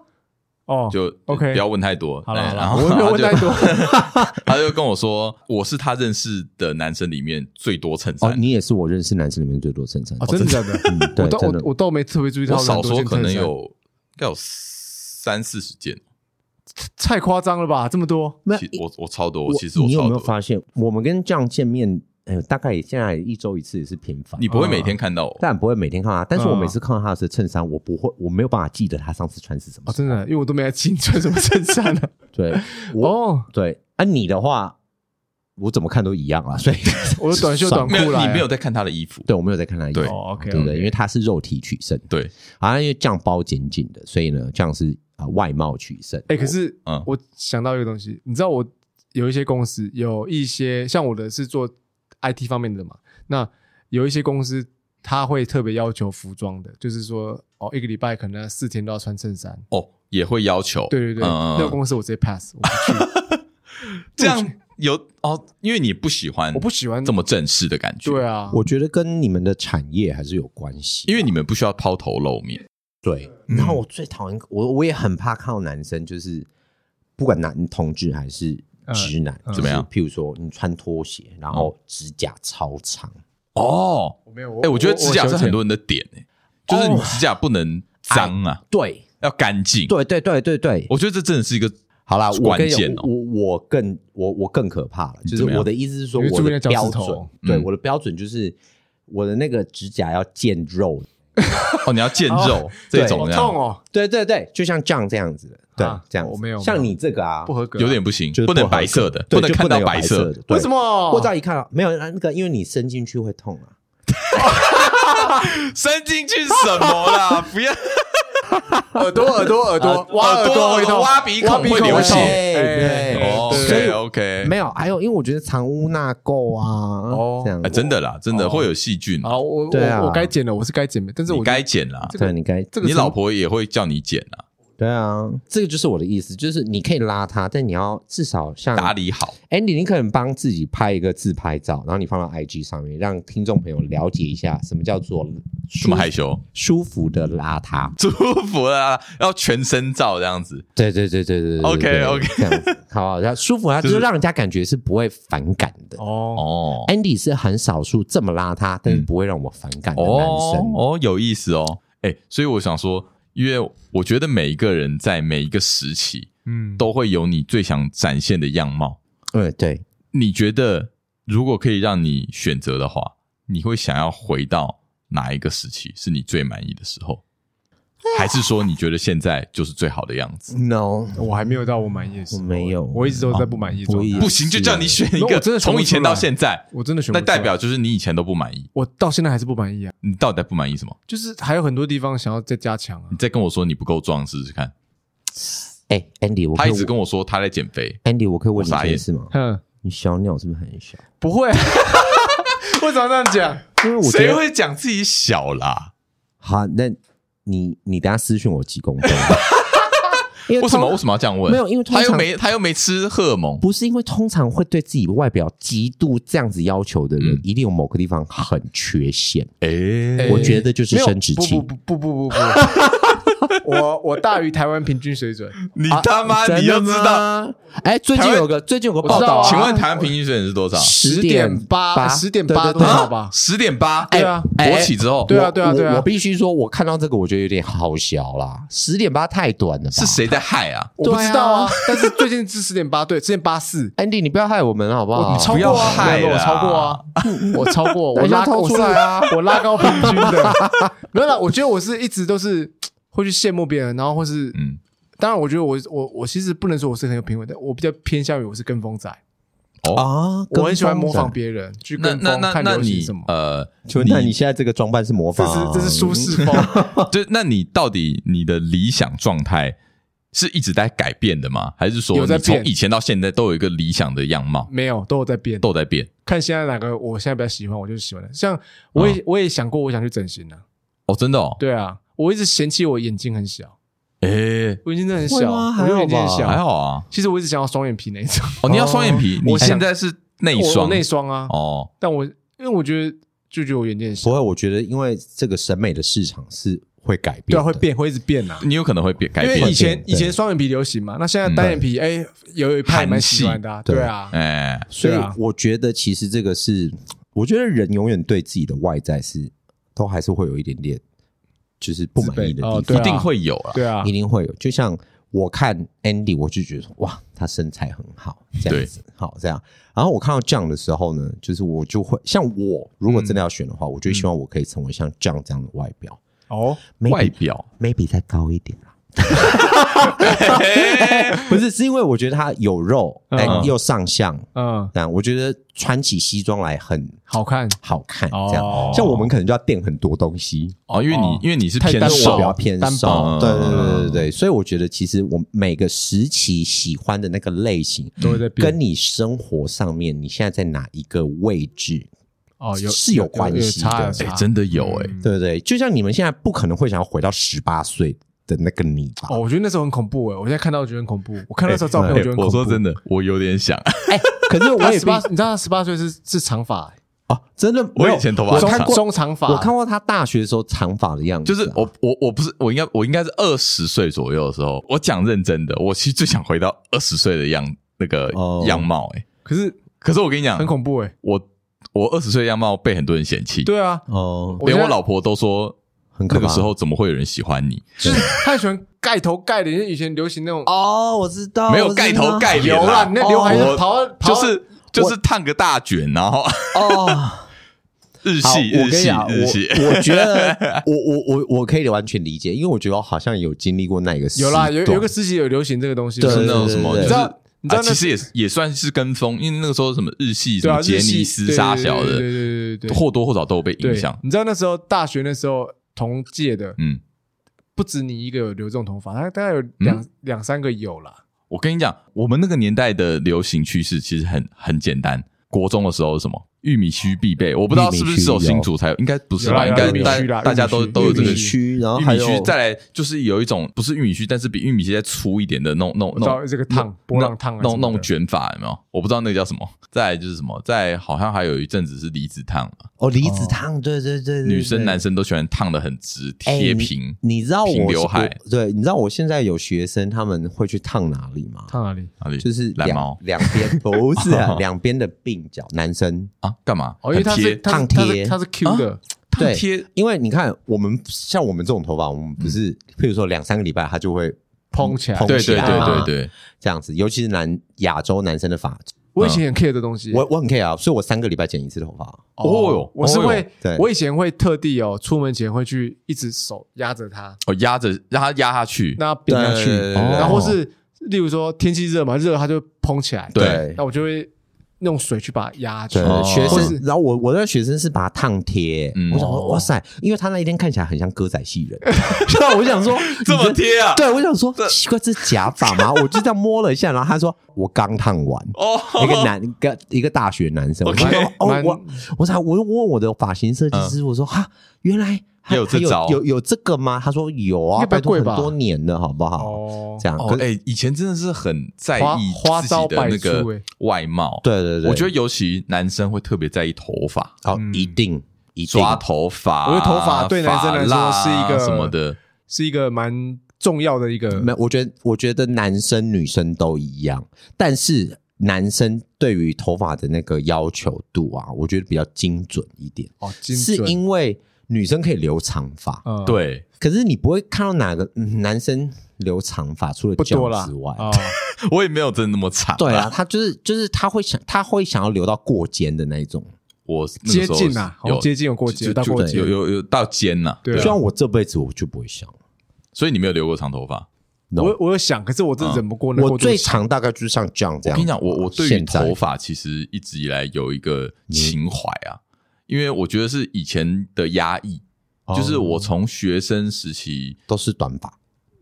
哦，
就
OK
不要问太多。
好了
哎
好
然
了，
后
我也没有问太多，
[laughs] 他就，他就跟我说，我是他认识的男生里面最多衬衫。
哦，你也是我认识男生里面最多衬衫
哦，真的假的？
嗯，对
我，倒
真的
我。我倒没特别注意到
我
很多件
少
衬衫，
说可能有应该有三四十件，
太夸张了吧？这么多，
那
其我我超多，
我
其实我
你有
超
没有
多。
发现，我们跟这样见面，哎呦，大概也现在一周一次也是频繁。
你不会每天看到我，
嗯但不会每天看他，但是我
嗯
每次看到他的衬衫，我不会，我没有办法记得他上次穿是什么
哦，。真的，因为我都没来清穿什么衬衫
[laughs]
了。
对，我
哦，
对，啊，你的话，我怎么看都一样啊，所以
我的短袖短
没
裤
有
啦，
你没有在看他的衣服。
哎对我没有在看他的衣服，
对
哦，OK，
对不对？因为他是肉体取胜，
对，
啊，因为酱包紧紧的，所以呢，酱是啊外貌取胜。
哎，可是
嗯
我想到一个东西，你知道我有一些公司有一些像我的是做 IT 方面的嘛，那有一些公司他会特别要求服装的，就是说哦，一个礼拜可能四天都要穿衬衫。
哦，也会要求。
对对对，
嗯
那个公司我直接 pass，我不去，
这样有哦，因为你不喜欢，
我不喜欢
这。么正式的感觉。
对，啊，
我觉得跟你们的产业还是有关系，嗯
因为你们不需要抛头露面。
对。然后我最讨厌，我我也很怕看到男生，就是不管男同志还是直男，
嗯
就是
怎么样嗯
譬如说你穿拖鞋，然后指甲超长，
哦，
我没有，
哎，我觉得指甲是很
多。
多人的点欸，就是你指甲不能脏啊，
对，
要干净。
哦哎对对对对对，
我觉得这真的是一个
好啦，啊我
关
跟你
键
讲
哦
我我更我我更可怕了，就
怎
是
么样
我的意思是说，
你会
我
注意
的
那脚
标
趾头
准，对
嗯
我的标准就是我的那个指甲要见肉，
哦，你要见肉
[laughs]
哦
这种啊
好
这
痛
样
哦，
对对对，就像酱这样子的，对
啊，
这样子
我没有
像你这个啊，
不合格啊，
有点不行
就是，
不能
合格
白色的，
对
能
就
看
不
到
有白
色
的
的。，
为什么？
我只要一看到没有那个，因为你伸进去会痛啊，
伸进去什么啦？不要
耳朵耳朵耳朵呃挖
耳朵
朵会痛，
挖鼻孔
挖鼻
会流
痛
血
哎
对
哎
哦
对
所以
，OK OK，
没有，还有因为我觉得藏污纳垢啊，
哦
这样
哎，
子
真的啦，真的
哦
会有细菌，
好，我
对啊
我我该剪了，我是该剪的，但是
你
我
该剪啦。
这个
对，你该
这个
你
是
老婆也会叫你剪啊，
对啊，这个就是我的意思，就是你可以拉他，但你要至少像
打理好。
Andy，你可能帮自己拍一个自拍照，然后你放到 IG 上面，让听众朋友了解一下什么叫做
这
舒
么害羞，
舒服的邋遢。
祝福啦，要全身照这样子。
对对对对对对
OK，OK
对这样子，好好，要舒服，它就是让人家感觉是不会反感的。
哦，
哦嗯
Andy 是很少数这么邋遢，但是不会让我反感的男生。
哦，有意思哦。哎，所以我想说，因为我觉得每一个人在每一个时期
嗯，
都会有你最想展现的样貌。
嗯，对，
你觉得如果可以让你选择的话，你会想要回到哪一个时期是你最满意的时候？还是说你觉得现在就是最好的样子？
No，
我还没有到我满意的时候，
我没有
我一直都在不满意的状
不
态
一，
不行，就叫你选一
那
个。
我真的选不
从以前
出来
到现在，
我真的选不
那
出来
代表就是你以前都不满意。
我到现在还是不满意啊，
你到底不满意什么？
就是还有很多地方想要再加强啊
你。再跟我说你不够壮试试看。
哎，Andy，我
他
可
一
以
直跟我说他在减肥，
Andy，我可以问你
我傻
一
眼
件事
[laughs]
吗？
哼，
你小鸟是不是很小？
不会 [laughs] 啊，为什么这样讲？
因为我觉
谁
得
会讲自己小啦？
好，那你你等下私讯我几公分。啊
[laughs]
因
为什么为
通
什么要这样问？
没有因为通
他
常
又没他又没吃荷尔蒙。
不是因为通常会对自己外表极度这样子要求的人，
嗯
一定有某个地方很缺陷。
哎
[laughs] 我觉得就是
没有
生殖器
不不不不不不不，我我大于台湾平均水准，
你他
啊
啊
妈你又知道？
道？哎，最近有个最近有个
我
报
知道
道
啊
啊，
请问台湾平均水准是多少？
10.8
10.8 10.8
对对对
多少
啊
好吧
十点八。
对啊
哎
勃起之后
对啊对啊
我
对啊
我必须说，我看到这个我觉得有点好小啦，十点八太短了吧？
是谁在害啊？
我不
对啊
知道啊，但是最近是十点八，对，十点八四，
？Andy，你不要害我们好不好？
我超
不要
过啊，
害
没有没有我
啦
超过啊，我超过， [laughs] 我
等一下
拉
掏
我
出
是
来啊，
我拉高平均的， [laughs] 没有啦，我觉得我是一直都是会去羡慕别人，然后或是，
嗯，
当然我觉得我我我其实不能说我是很有品味的，我比较偏向于我是跟风仔，
哦，
啊，
我很喜欢模仿
人。
别人去
那
跟
那
风，
那
看
那
流行
你
什么。
呃，
请问，那你现在这个装扮是模
这
仿
是？这是舒
嗯
适风，
就那你到底你的理想状态是一直在改变的吗？还是说
有在
你从
变
以前到现在都有一个理想的样貌
没有都有在变。
都在变？
看现在哪个我现在比较喜欢，我就喜欢的。像我
嗯
也、我也想过，我想去整形啊。
哦，真的哦，
对啊，我一直嫌弃我眼睛很小，
诶，
我眼睛真的很小，
会吗
我觉得眼睛很
还好吧
哎还
小。
好啊。
其实我一直想要双眼皮那一种，
哦，你要双眼皮，你
我想
现在是内
我我
双，
内双啊。
哦，
但我因为我觉得就觉得我眼睛很小
不，会，我觉得因为这个审美的市场是会改变，
对啊，会。变，会一直变啊。
你有可能会变改
因为
变
以。前
对嗯
以前双眼皮流行嘛，那现在单眼皮，哎，有一派蛮喜欢的啊，
韩系
对啊，
哎，
所以
对啊
我觉得其实这个是，我觉得人永远对自己的外在是都还是会有一点点就是不满意
自卑
的地方，
哦对
一
啊
定会有啊。
对啊
一，定会有。就像我看 Andy，我就觉得说哇，他身材很好，这样子好这样。然后我看到 John 的时候呢，就是我就会像我如果真的要选的话，我就希望我可以成为像 John 这样的外表
哦，
外
，maybe
表
maybe 再高
[laughs]
一点啦。啊不是，是因为我觉得他有肉，哎、
嗯
又上相，
嗯，
但我觉得穿起西装来很
好看，
好看，这样。
哦
像我们可能就要垫很多东西，
哦，因为你因为你是
太
偏
单
但是我
瘦
比较
薄
偏
单
瘦，
薄
对对对对对对，所以我觉得其实我每个时期喜欢的那个类型，
都会在变
跟你生活上面你现在在哪一个位置，
哦有
是有关系的
有差有
哎
差，，
真的有哎、
嗯
对不对？就像你们现在不可能会想要回到十八岁的那个你吧？
啊
哦，我觉得那时候很恐怖哎，我现在看到觉得很恐怖，我看那时候照
哎
片我觉得很恐
我
怖。
说真的，我有点
[laughs]
想，
可是我
他
也
十八，
必
你知道他十八岁是是长发欸，
哦，真的，
我
没有
以前头发
我
长
看过，
中长发，
我看过他大学的时候长发的样子
就
啊，
是我我我不是我应该我应该是二十岁左右的时候，我讲认真的，我其实最想回到二十岁的样那个
哦
样貌哎、
可是
可是我跟你讲，
很恐怖哎。
我我二十岁的样貌被很多人嫌弃，
对啊，
哦，
我
连
现
我
在
老婆都说，
很可
那
怕
个时候怎么会有人喜欢你？
就是他喜欢盖头盖脸，像以前流行那种
哦，我知道
没有盖头盖脸
留啦，你那刘海
我
跑到跑
哦就
到
是就是烫个大卷，然后
哦。
日
好，
系
我
日
跟你
系
讲，
日系，
我我觉 [laughs] 得我我我我可以完全理解，因为我觉得我好像有经历过那个时
有啦，有有
段
一个时期有流行这个东西，
对
不
是
是
那种什么，
对
就
你
对对对
是
知道你知道
啊
那
其实也是也算是跟风，因为那个时候什么日系、什
对啊，
么杰
日系
尼斯、沙小
对
的，
对对对对对
或多或少都有被影
对
响。
你知道那时候大学那时候同届的
嗯，
不止你一个有留这种头发，大概大概有两两三个有啦。
我跟你讲，我们那个年代的流行趋势其实很很简单。国中的时候是什么玉米须必备，我不知道是不是只有新竹才有，应该不是
有
吧？
啦
应
有
该
玉米须啦
大大家都
玉米须
都有这
玉
个
米须，然后
玉
还
米
有
须，再来就是有一种不是玉米须，但是比玉米须再粗一点的那种那种
我知
那
道
种
这个烫波浪烫啊
那
什
种那
么的
种卷发有没有？我不知道那个叫什么。再来就是什么，在好像还有一阵子是离子烫嘛，
哦离子烫，对对对，对
女生
对
男生都喜欢烫的很直
哎
贴平。
你知道我
平刘海
我对，你知道我现在有学生他们会去烫哪里吗？
烫哪里？
哪里？
就是
蓝
两
毛
两边不是 [laughs] 啊两边的鬓角，男生
啊？干嘛？
哦，因为它是
很贴啊
它是
烫
它
贴
是它是 Q 的，
烫
对
贴
因为你看我们像我们这种头发，我们不是，譬如说两三个礼拜它就会
蓬起来
蓬。
对
起
对
来
对
嘛
对对，
这样子，尤其是男亚洲男生的发，
我以
嗯
前很 care 这东西，
我我很 care 啊，所以我三个礼拜剪一次头发。
哦哟
我是会
对，
我以前会特地哦，出门前会去一直手压着它，
哦，压着让它压下去，
让它扁下
对对对
去，
对
对哦
然后是例如说天气热嘛，热它就会蓬起来，
对
那我就会用水去把它压下去
对，，
哦
学
或是
生，然后我我的学生是把它烫贴，
嗯
我想
哦
说，哇塞，因为他那一天看起来很像歌仔戏人，然后我想说，
这么
你
贴啊？
对我想说
这，
奇怪，这是假发吗？我就这样摸了一下，然后他说我刚烫完，
哦，
一个男一个一个大学男生，我
OK
说哦，
蛮
我我才我就问我的发型设计师，我说哈，原来还
也有这招
有有有这个吗？他说有
应
啊，
该不
拜
会
托
贵
很
吧
多年了，好不好？
哦，
这样，
哦
可，是
哎、以前真的是很在
花
意
花
自己
招
的
百
那
出
个
哎
外貌。
对对对，
我觉得尤其男生会特别在意头发，
哦
嗯，
一定一定
抓头发，
我觉得头发对男生来说
发蜡啊
是一个嗯
什么的。
是一个蛮重要的一个
没有，我觉得我觉得男生女生都一样，但是男生对于头发的那个要求度啊，我觉得比较精准一点，
哦，精
是
准
因为女生可以留长发，
啊
嗯
对，
可是你不会看到哪个、嗯男生留长发，除了
不多
John
啦
之外。
啊 [laughs]
哦，
我也没有真的那么长。
对啊，，他就是就是他会想他会想要留到过肩的那一种，
我那个
接
时候
近啊，好
有
像接近有过节，
就
到
就
过节
有有有到肩呐、
对啊
虽然我这辈子我就不会想，
所以你没有留过长头发，
No
我我有想，可是我真的忍不过
嗯
那
我
过渡期
最长大概就是像这样这
我
样。啊
跟你讲，我我对于
现在
头发其实一直以来有一个情怀啊，因为我觉得是以前的压抑，
哦
就是我从学生时期
都是短发，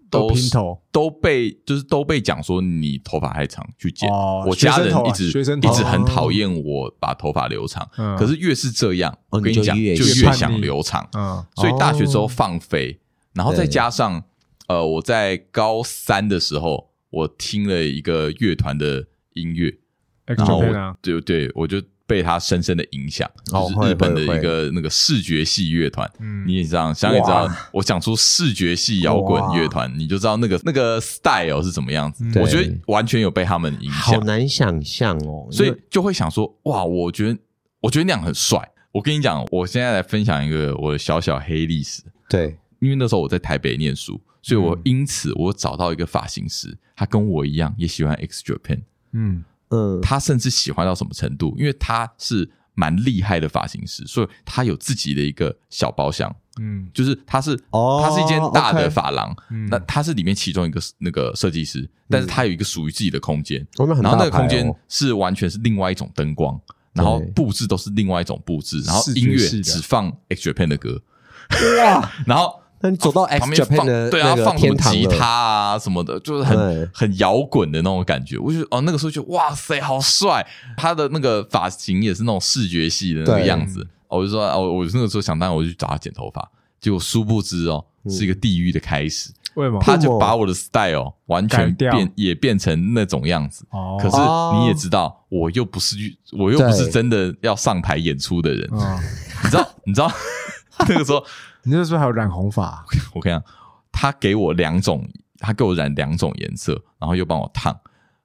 都
都
平
是
头，
都被就是都被讲说你头发太长去剪，
哦
我家人一直
学生
一
头啊
直很讨厌我把头发留长，
嗯
可是越是这样，
哦
我跟
你就
讲
越
就
越叛逆
想留长，
嗯
所以大学之后
哦
放飞，然后再
对
加上呃我在高三的时候，我听了一个乐团的音乐，然后
，X-Japan 啊
我，对对，我就被它深深的影响，
哦
就是
会
日本的
会会
一个那个视觉系乐团。
嗯
你也知道，想也知道，我讲出视觉系摇滚乐团，你就知道那个那个 style 是怎么样子。
对
我觉得完全有被他们影
好
响，
难想象哦。
所以
因为
就会想说，哇，我觉得我觉得那样很帅。我跟你讲，我现在来分享一个我的小小黑历史，
对，
因为那时候我在台北念书，所以我
嗯
因此我找到一个发型师，他跟我一样也喜欢 X Japan，
嗯，
嗯，
他甚至喜欢到什么程度？因为他是蛮厉害的发型师，所以他有自己的一个小包厢，
嗯
就是他是
哦
他是一间大的
OK
发廊，
嗯
那他是里面其中一个那个设计师，但是他有一个属于自己的空间，
我们很
然
大
后那个
牌哦
空间是完全是另外一种灯光，然后
对
布置都是另外一种布置，然后音乐
视觉系的
只放 X Japan 的歌，
哇，
[laughs] 然后
那你走到
啊旁
X
边放
Japan 的
对
那
啊，
个
放什么
天堂
吉
了
他啊什么的，就是
对
很很摇滚的那种感觉。我就觉得哦，那个时候就哇塞，好帅！他的那个发型也是那种视觉系的那个
对
样子。哦我就说哦，我那个时候想当然我就去找他剪头发，结果殊不知哦，
嗯
是一个地狱的开始。
为什
哦
么？
他就把我的 style 完全
改掉
变，也变成那种样子。
哦
可是
哦
你也知道，我又不是去，我又不是
对哦
真的要上台演出的人，
嗯，
你知道？你知道 [laughs] 那个时候
你那时候还有染红
[laughs]
发，
我跟你讲，啊他给我两种，他给我染两种颜色，然后又帮我烫，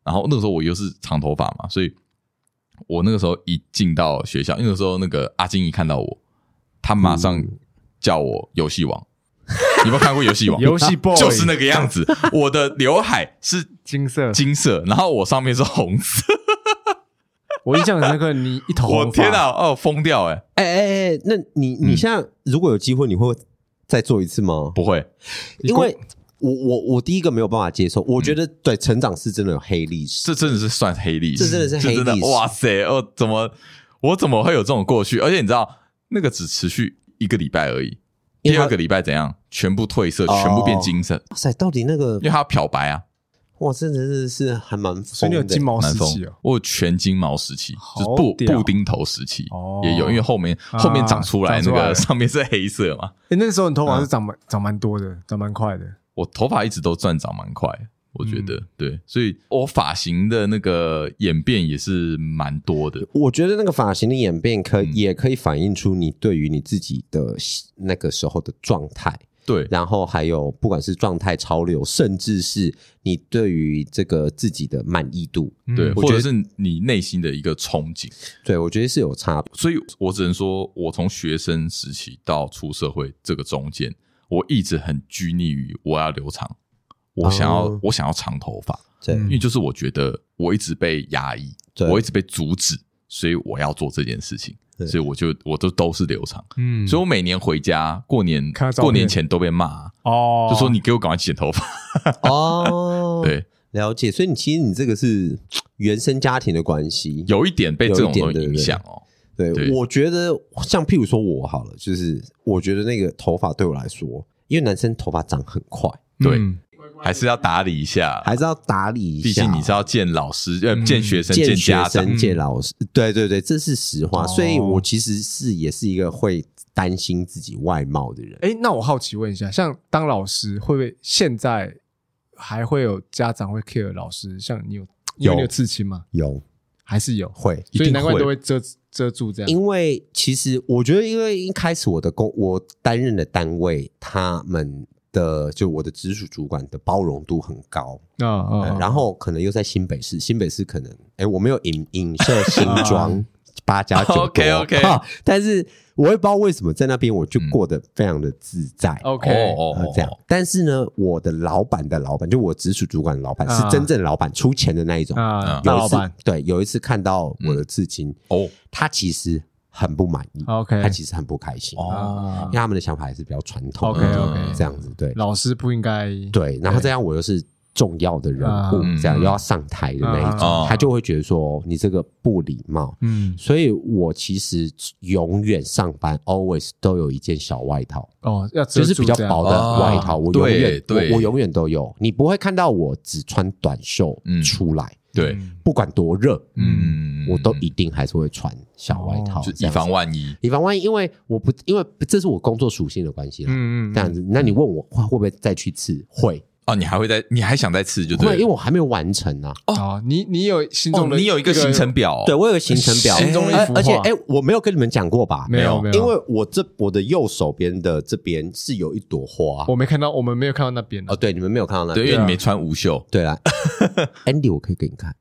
然后那个时候我又是长头发嘛，所以我那个时候一进到学校，因为那个时候那个阿金一看到我，他马上
嗯
叫我游戏王，你有没有看过游戏王？
[laughs] 游戏 boy
就是那个样子，我的刘海是
金色。
金色，然后我上面是红色，
我印象很深刻，你一头
我
红发
天，哪，哦，疯掉哎、
哎哎哎，那你你现在如果有机会，你会再做一次吗？
不会，
因为我我我第一个没有办法接受，我觉得对成长是真的有黑历史，
这真嗯的是算黑历史，
这真的是黑历史
真的哇塞，哦，怎么我怎么会有这种过去？而且你知道，那个只持续一个礼拜而已，
因为
第
它
二个礼拜怎样，全部褪色，
哦
全部变金色，
哇塞，到底那个
因为它要漂白啊，
哇，真的是是还蛮
所
疯
以你有
的，
金毛
南
时
风
期哦，，
我有全金毛时期，
好
就是布
屌
布丁头时期
哦
也有，因为后面
啊
后面长出来
长
那
出来
个
了
[laughs] 上面是黑色嘛，
哎，那时候你头
嗯
发是长蛮长蛮多的，长蛮快的，
我头发一直都算长蛮快。我觉得、
嗯
对，所以我发型的那个演变也是蛮多的。
我觉得那个发型的演变可
嗯
也可以反映出你对于你自己的那个时候的状态，
对，
然后还有不管是状态潮流，甚至是你对于这个自己的满意度，
对，
嗯
或
我觉
者
得
是你内心的一个憧憬。
对我觉得是有差别。
所以我只能说，我从学生时期到出社会这个中间，我一直很拘泥于我要留长，我想要、
哦
我想要长头发，
对，
嗯
因为就是我觉得我一直被压抑，
对
我一直被阻止，所以我要做这件事情，
对
所以我就我都都是留长。
嗯
所以我每年回家过年
看他照片
过年前都被骂，啊
哦，
就说你给我赶快剪头发。
哦，
[laughs] 对，
了解，所以你其实你这个是原生家庭的关系。
有一点被这种东西
有一点对
影
对
响哦。
对，
对
我觉得像譬如说我好了，就是我觉得那个头发对我来说，因为男生头发长很快，
对
嗯
还是要打理一下，
还是要打理一下。
毕竟你是要见老师、呃
嗯
见学生、见
见学
家长，
生、见老师，对对对，这是实话。
哦
所以我其实是也是一个会担心自己外貌的人。
哎，那我好奇问一下，像当老师会不会现在还会有家长会 care 老师？像你有因
有
为你有刺青吗？
有
还是有？
会，
一
所以
定
难怪
会
都会遮遮住这样。
因为其实我觉得，因为一开始我的工，我担任的单位，他们的就我的直属主管的包容度很高，
啊
呃
啊，
然后可能又在新北市，新北市可能，哎，我没有影影
[laughs]
射新
嗯
庄八加九
OK，OK
[laughs] 哈但是我也不知道为什么在那边我就
嗯
过得非常的自在。
OK，
哦哦
呃
哦，
这样，但是呢，我的老板的老板，就我直属主管的老板，
啊
是真正老板出钱的那一种。
啊
嗯，
大
有
老
一次
板，嗯
对，有一次看到我的至今，
哦
他其实很不满意
OK
他其实很不开心，
啊
因为，他们的想法还是比较传统的
OK，OK
这样子，对
老师不应该
对。然后
对
这样我又是重要的人
啊
物，
嗯
这样又要上台的那一种，
嗯
他就会觉得说你这个不礼貌。
嗯，
所以我其实永远上班 always 都有一件小外套，
哦，要
就
遮
是
住
比较
这样啊
薄的外套，
哦
我永远
对对
我我永远都有，你不会看到我只穿短袖
嗯
出来，
对，
嗯哦
不管多热，
嗯，
我都一定还是会穿小外套，
就
这
以
样子
防万一，
以防万一，因为我不因为这是我工作属性的关系啦，
嗯嗯，
这样子。那你问我会会不会再去吃？会，
哦，你还会再，你还想再吃，就
会，
对
因为
了。
我还没有完成啊。
哦，你你有心中
哦，
的
你有一个行程表哦，
对我有个行程表，
心中的一
而
幅画
而且哎，我没有跟你们讲过吧？
没有没有？
因为我这我的右手边的这边是有一朵花
我没看到，我们没有看到那边啊
哦，对，你们没有看到那
对，因
个。
为你没穿无袖。
对啊，Andy，我可以给你看。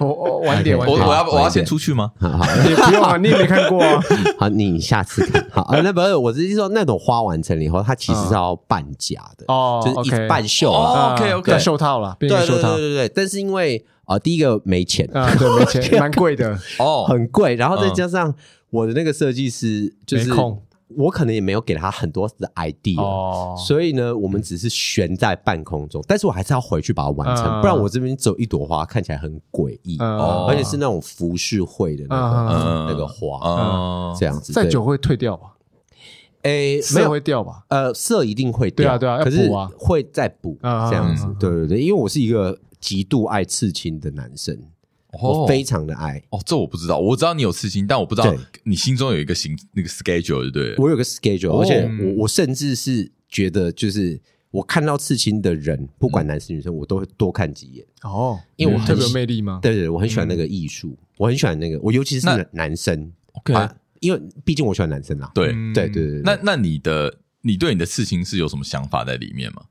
我我哦晚点
我
晚点，
我要
好
我要
啊一
先
点
出去吗？
好好
也 [laughs] 不用啊，你也没看过啊，
好，你下次看好啊。那不是，我是说那种花完成了以后，它其实是要半假的，
哦
[laughs] 就是一
OK
半袖啊。
哦 OK，OK
要袖套啦，变
对
成
对
袖
对
套
对对，对，但是因为啊，第一个没钱，
啊，对，没
[laughs]
钱，蛮贵的，
哦，
很贵，然后再
嗯
加上我的那个设计师，就是
没空
我可能也没有给他很多的 idea，、
哦，
所以呢，我们只是悬在半空中，但是我还是要回去把它完成，
嗯
不然我这边只有一朵花，看起来很诡异，
嗯
哦
而且是那种浮世绘的那个、
嗯
那个花，
哦，
嗯这样子。
再
对
久会退掉吧，
诶，没
嗯色
有
会掉吧，
呃，色一定会掉，
对啊对啊要
可是
补啊
会再补
嗯
这样
嗯
子
嗯嗯，
对对对，因为我是一个极度爱刺青的男生，
哦
我非常的爱。
哦，这我不知道，我知道你有刺青，但我不知道
对
你心中有一个行那个 schedule，对不对了？
我有个 schedule，、
哦
而且我我甚至是觉得，就是我看到刺青的人，不
嗯
管男生女生，我都会多看几眼。
哦，
因为我很
特别有魅力吗？
对对，对我很喜欢那个艺术，我很喜欢那个，我尤其是
哦嗯那
男生
OK
啊，因为毕竟我喜欢男生啦。
对，
嗯
对对对对，
那那你的你对你的刺青是有什么想法在里面吗？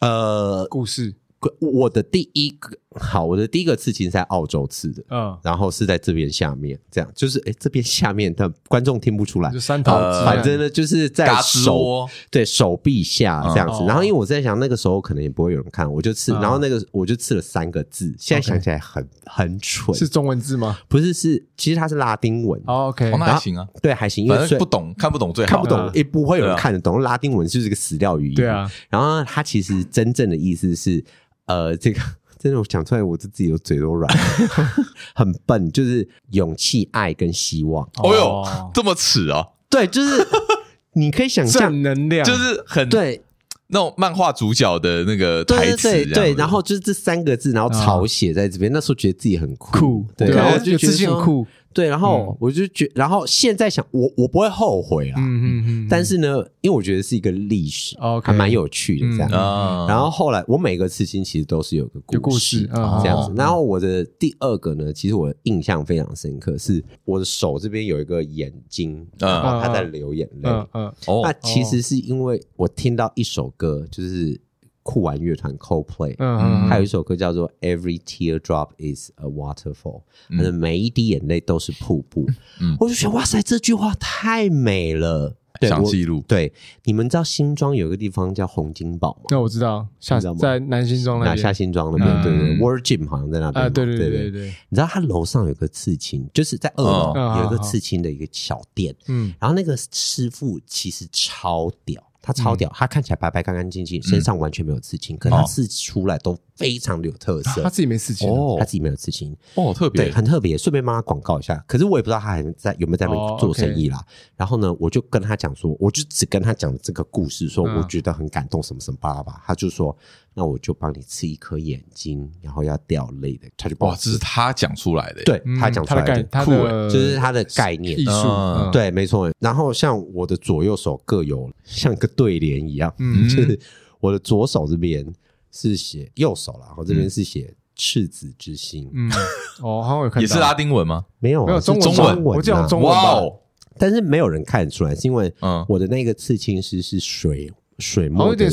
呃，
故事，
我的第一个好，我的第一个刺青是在澳洲刺的，
嗯，
然后是在这边下面，这样就是哎这边下面，但观众听不出来
就。三头肌
好
啊，
呃反正呢，就是在
嘎吱
手
窝
对手臂下这样子
嗯。
然后因为我在想，那个时候可能也不会有人看，我就刺，
嗯
然后那个我就刺了三个字，现
OK
在想起来很很蠢，
是中文字吗
不是是其实它是拉丁文，
哦？OK，
哦，那还行啊，
对，还行，因
反
为
正
虽
不懂看不懂最
看
好
不，懂
嗯
也不会有人
对啊
看得懂，拉丁文就是个死料语言。
对啊，
然后它其实真正的意思是，呃，这个真的我讲出来，我自己有嘴都软，很笨，就是勇气、爱跟希望。
哦哟，这么耻啊，
对，就是 [laughs] 你可以想象，
正能量
就是很
嗯对，
那种漫画主角的那个台
对
词
对对
这样
对，
子
然后就是这三个字，然后草写在这边，那时候觉得自己很酷，
酷，
对，
啊
然后
有
就觉
自
得
信很
说，
酷，
对，然后我就觉，然后现在想，我我不会后悔啦，
嗯嗯嗯，
[laughs] 但是呢，因为我觉得是一个历史，
OK
还蛮有趣的这样。
嗯
啊，
然后后来，我每个刺青其实都是有个
有故
事
事，嗯
这样子
嗯。
然后我的第二个呢，其实我印象非常深刻，是我的手这边有一个眼睛，
嗯
然后它在流眼泪。
嗯嗯
那
哦，
啊其实是因为我听到一首歌，就是酷玩乐团 Coldplay，
嗯
还有一首歌叫做《Every Teardrop Is a Waterfall》，它
嗯
的每一滴眼泪都是瀑布。
嗯
我就觉得哇塞，这句话太美了。对
想
我
记录
对，你们知道新庄有一个地方叫洪金宝吗？
那我知道，下
你知道吗
在南新庄哦那
拿下
边
新庄那边，对对对
嗯
，World Gym 好像在那边
啊，
嘛。
对
对
对对对
对
对，
你知道他楼上有个刺青，就是在二楼
嗯
有一个
嗯
刺青的一个小店，
嗯
然后那个师傅其实超屌，他超屌，他看起来白白干干净净，身上完全没有刺青，可是他
哦
刺出来都非常的有特色。
啊他自己没事情
哦
他自己没有刺青，
哦特
对，
别
很特别。顺便帮他广告一下，可是我也不知道他还在有没有在那
哦
边做生意啦。然后呢，我就跟他讲说，我就只跟他讲这个故事，说
嗯
我觉得很感动，什么什么巴拉巴。他就说，那我就帮你刺一颗眼睛，然后要掉泪的。他就帮我
哇，这是他讲出来的，
对
嗯
他讲出
他的
来
概
的，
他
酷
的
就是他的概念
艺。术
嗯，
对，没错。然后像我的左右手各有像个对联一样，
嗯
[laughs] 就是我的左手这边是写右手啦，然后这边是写赤子之心，
嗯，哦，好像有看到，
也是拉丁文吗？
没有啊
没有
是中
文
中
吧，
文
我记得好
啊
像中文
哇
吧，
哦，
但是没有人看得出来，是因为
嗯
我的那个刺青师是水水
好像
墨
哦有
的
点，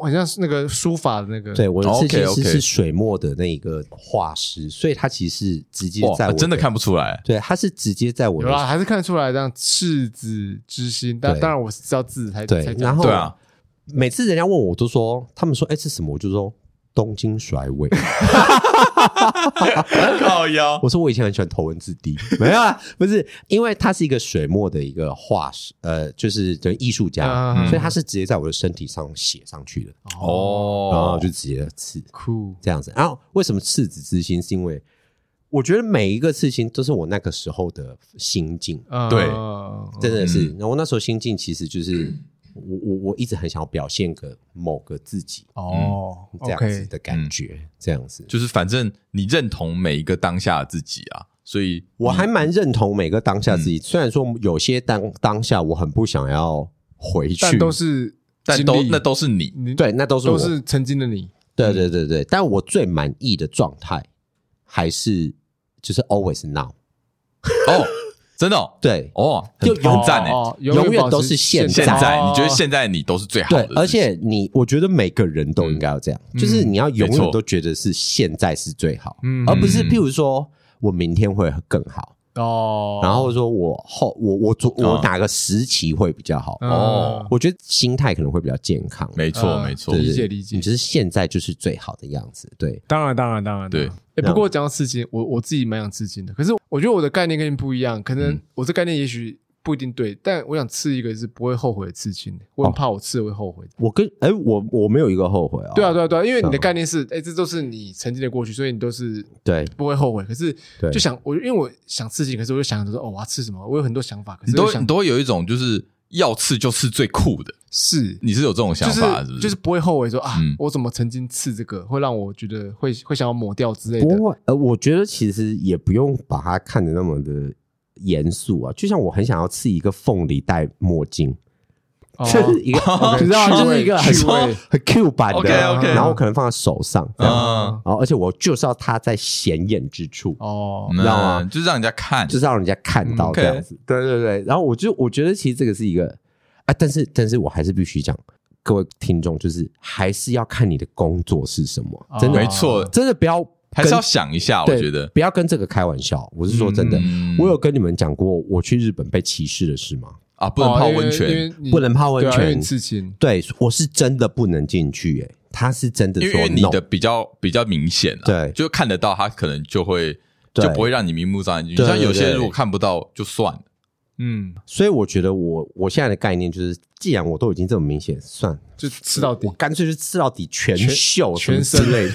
好像是那个书法的那个，
对，我的刺青师
哦 OK，OK
是水墨的那个画师，所以他其实直接在
哇，
我
哦真的看不出来，
对，他是直接在我
有啦，啊
的
还是看得出来这样赤子之心，但
对
当然我是知道字才
对
才，讲
然后
对
[laughs]
啊，
每次人家问我，我都说他们说哎、这是什么，我就说东京甩尾，
靠腰，
我说我以前很喜欢头文字 D，没 [laughs] 有啊，不是，因为他是一个水墨的一个画师，呃，就是等于艺术家，
嗯
所以他是直接在我的身体上写上去的，
哦，
然后就直接刺
酷，
这样子。然后为什么赤子之心？是因为我觉得每一个刺青都是我那个时候的心境，
呃
对
真的
嗯
是。然后那时候心境其实就是我我我一直很想要表现个某个自己
哦
嗯
这样子
，OK，
的感觉，这样子。
就是反正你认同每一个当下的自己啊，所以
我
你
还蛮认同每个当下自己，
嗯
虽然说有些当当下我很不想要回去，
但都是
但
经
都
历
那都是你，
你
对，那都是我
都是嗯曾经的你，
对对对对，但我最满意的状态还是就是 always now，
哦，真的哦，
对
哦，很
就永
很赞哎，
哦
永远
保
都
持
是现
现
在
在你觉得
哦
现在你都是最好
对
的自己，，嗯
而且你我觉得每个人都应该要这样，就是你要永
没错
远都觉得是现在是最好，
嗯
而不是譬如说我明天会更好，
哦，
然后说我后我我昨我
嗯
哪个时期会比较好，
嗯
哦
我觉得心态可能会比较健康，
没错
嗯
没错
对，
理解
对
理解
你就是现在就是最好的样子，对，
当然，当然，当然，
对
当然。哎、不过讲到刺青，我我自己蛮想刺青的，可是我觉得我的概念跟你不一样，可能
嗯
我这概念也许不一定对，但我想刺一个是不会后悔的刺青，我
哦
很怕我刺了会后悔。
我跟哎、我我没有一个后悔哦，
对啊，对啊，对啊，因为你的概念是，哎、这都是你曾经的过去，所以你都是
对
不会后悔。可是
对
就想我，因为我想刺青，可是我就想着说，哦，我要刺什么？我有很多想法，可
你
是
都
我
会
想
你都会有一种就是要刺就刺最酷的，
是。
你是有这种想
就是
法是不
就是不会后悔说啊
嗯，
我怎么曾经刺这个，会让我觉得会会想要抹掉之类的。
不会，呃，我觉得其实也不用把它看得那么的严肃啊。就像我很想要刺一个凤梨戴墨镜，
[laughs]
哦
就是
[laughs]
一个，你知道
趣
吗，就是
味
一个很
趣
哦
味
很 Q 版的
OK，OK
然后我可能放在手上这样，哦
嗯
然后而且我就是要它在显眼之处，
哦，
你
知道吗
就是让人家看，
就是让人家看
嗯
到这样子。对对对，然后我就我觉得其实这个是一个啊，但是但是我还是必须讲，各位听众就是还是要看你的工作是什么，嗯真
啊
的
哦没错
真的不要
还是
跟
要想一下，我
对
觉得，
不要跟这个开玩笑。我是说真的，
嗯
我有跟你们讲过我去日本被歧视的事吗？
啊，不能
哦
哦
泡温泉，，
不能泡温
对啊因为
泉
你刺青
对，我是真的不能进去、欸，他是真的
因为因
说
为你
no，
的比较比较明显啊，
对
就看得到，他可能就会
对
就不会让你明目张胆进去。
对
像有些
对
如果看不到就算了，
嗯，
所以我觉得我我现在的概念就是，既然我都已经这么明显，算了
就吃到底
我。干脆就吃到底全
全
秀什么
全
之
身
类的，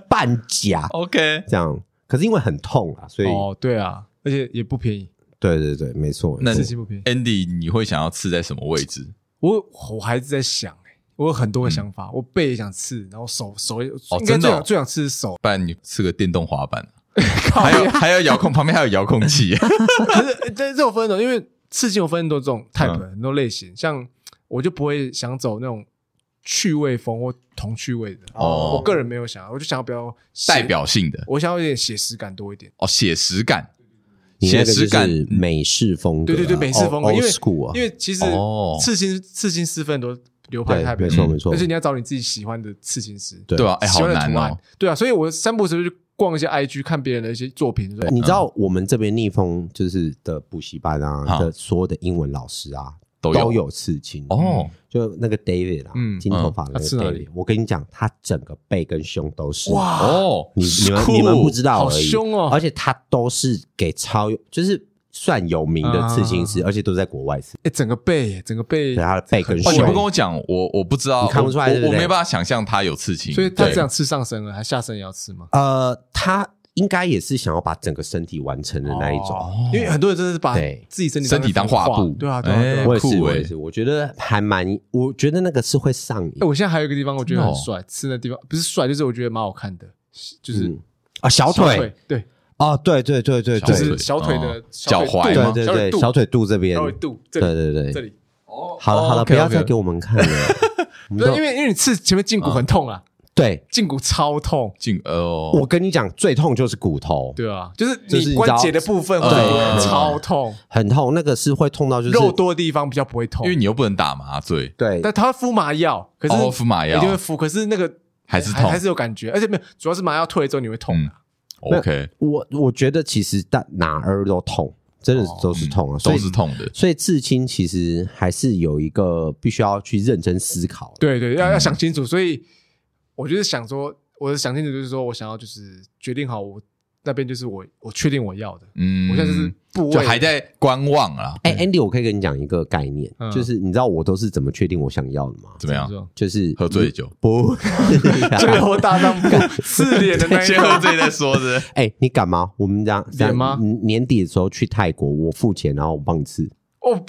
[laughs] 半甲
OK，
这样。可是因为很痛啊，所以、
哦，对啊，而且也不便宜，
对对对，没错。
那
没
刺
错
青不便宜。
Andy，你会想要刺在什么位置？
我我还是在想、欸，我有很多的想法，我背也想刺，然后手手也，
嗯哦
应该
真的哦
最想最想刺是手，
不然你刺个电动滑
[laughs]
板，还有还有遥控，旁边还有遥控器。 [laughs]
可是呃这这种分很多，因为刺青有分很多这
嗯
种 type，、很多类型，像我就不会想走那种趣味风或童趣味的，
哦
我个人没有想要，啊我就想要比较写
代，表性的
我想要有点写实感多一点。
哦，写实感，
你那
写
个就
实感
是美式风格
对
啊、
对对，美式风格，
old-
因
old
为
school 啊，
因为其实
哦
刺青刺青师分很多流派
对
太，
没错
嗯
没错
而，且你要找你自己喜欢的刺青师，
对
对啊，哎，
喜
好
欢的
难
图案
哦。，
对啊，所以我散步的时候就逛一下 IG，看别人的一些作品，说
你知道我们这边逆风就是的补习班啊
嗯
的所有的英文老师啊
都有
都有刺青嗯
哦，
就那个 David 啊，
嗯
金头发
嗯
那
他
个
刺哪里
David，我跟你讲，他整个背跟胸都是
哇
哦，
嗯你你们
酷
你们不知道
好
而已，
凶哦
而且他都是给超有就是算有名
啊
的刺青师，而且都在国外刺，
哎，整个背耶，整个背
对，，他的背跟
哦，
胸，
你不跟我讲，我我不知道，
你看不出来
我
对不
我我
对
没办法想象他有刺青，
所以他
对
只想刺上身了，还下身也要刺吗？
呃，他应该也是想要把整个身体完成的那一种。
哦因为很多人真的是把
对
自己身体
身体当
画
画布
对啊，对啊，对
哎
啊
我
我
也
酷
是，
欸
我也是，我觉得还蛮，我觉得那个是会上瘾
哎，我现在还有一个地方我觉得很
真
帅，刺那地方不是帅，就是我觉得蛮好看的，就是
嗯啊，小
小
腿
腿，对，
哦，对对对对
小
就
对，
是小腿
哦
的小腿
脚踝
肚
吗
对
小腿
对对，
肚
小腿肚这边
小，腿肚这
对
里
对
这
对，
里，
好了
哦
好了，不
OK，OK
要再给我们看
[laughs]
了，
不
我们
是
都
因为因为你刺前面胫骨很痛啊，
对
胫骨超痛，
进哦，
我跟你讲，最痛就是骨头，
对啊，就是
就是你
你
知道
关节的部分
对
会超痛，
很痛，那个是会痛到就是
肉多的地方比较不会痛，
因为你又不能打麻醉，
对，
但他会敷麻药，可
哦
是
敷麻药
一定会敷，可是那个
还是
还
痛
还是有感觉，而且没有，主要是麻药退了之后你会痛
嗯
啊，
，OK，
我我觉得其实但哪儿都痛，真的
哦
是都是
嗯
痛啊，所
都
以
是痛的，
所以刺青其实还是有一个必须要去认真思考的。
对对，要要想清楚，所以我就是想说，我的想清楚就是说我想要就是决定好我那边就是我我确定我要的，
嗯，
我现在就是部
就
位
还在观望啊，
哎、a n d y 我可以跟你讲一个概念，
嗯
就是你知道我都是怎么确定我想要的吗？
怎么样？
样？
就是
喝醉酒，
不， [laughs]
最后大丈
[laughs]
夫四脸的那一
先
个
喝醉再说
[laughs]
的。
哎、你敢吗？我们这样这样
脸吗
嗯年底的时候去泰国，我付钱，然后我帮你吃，
哦，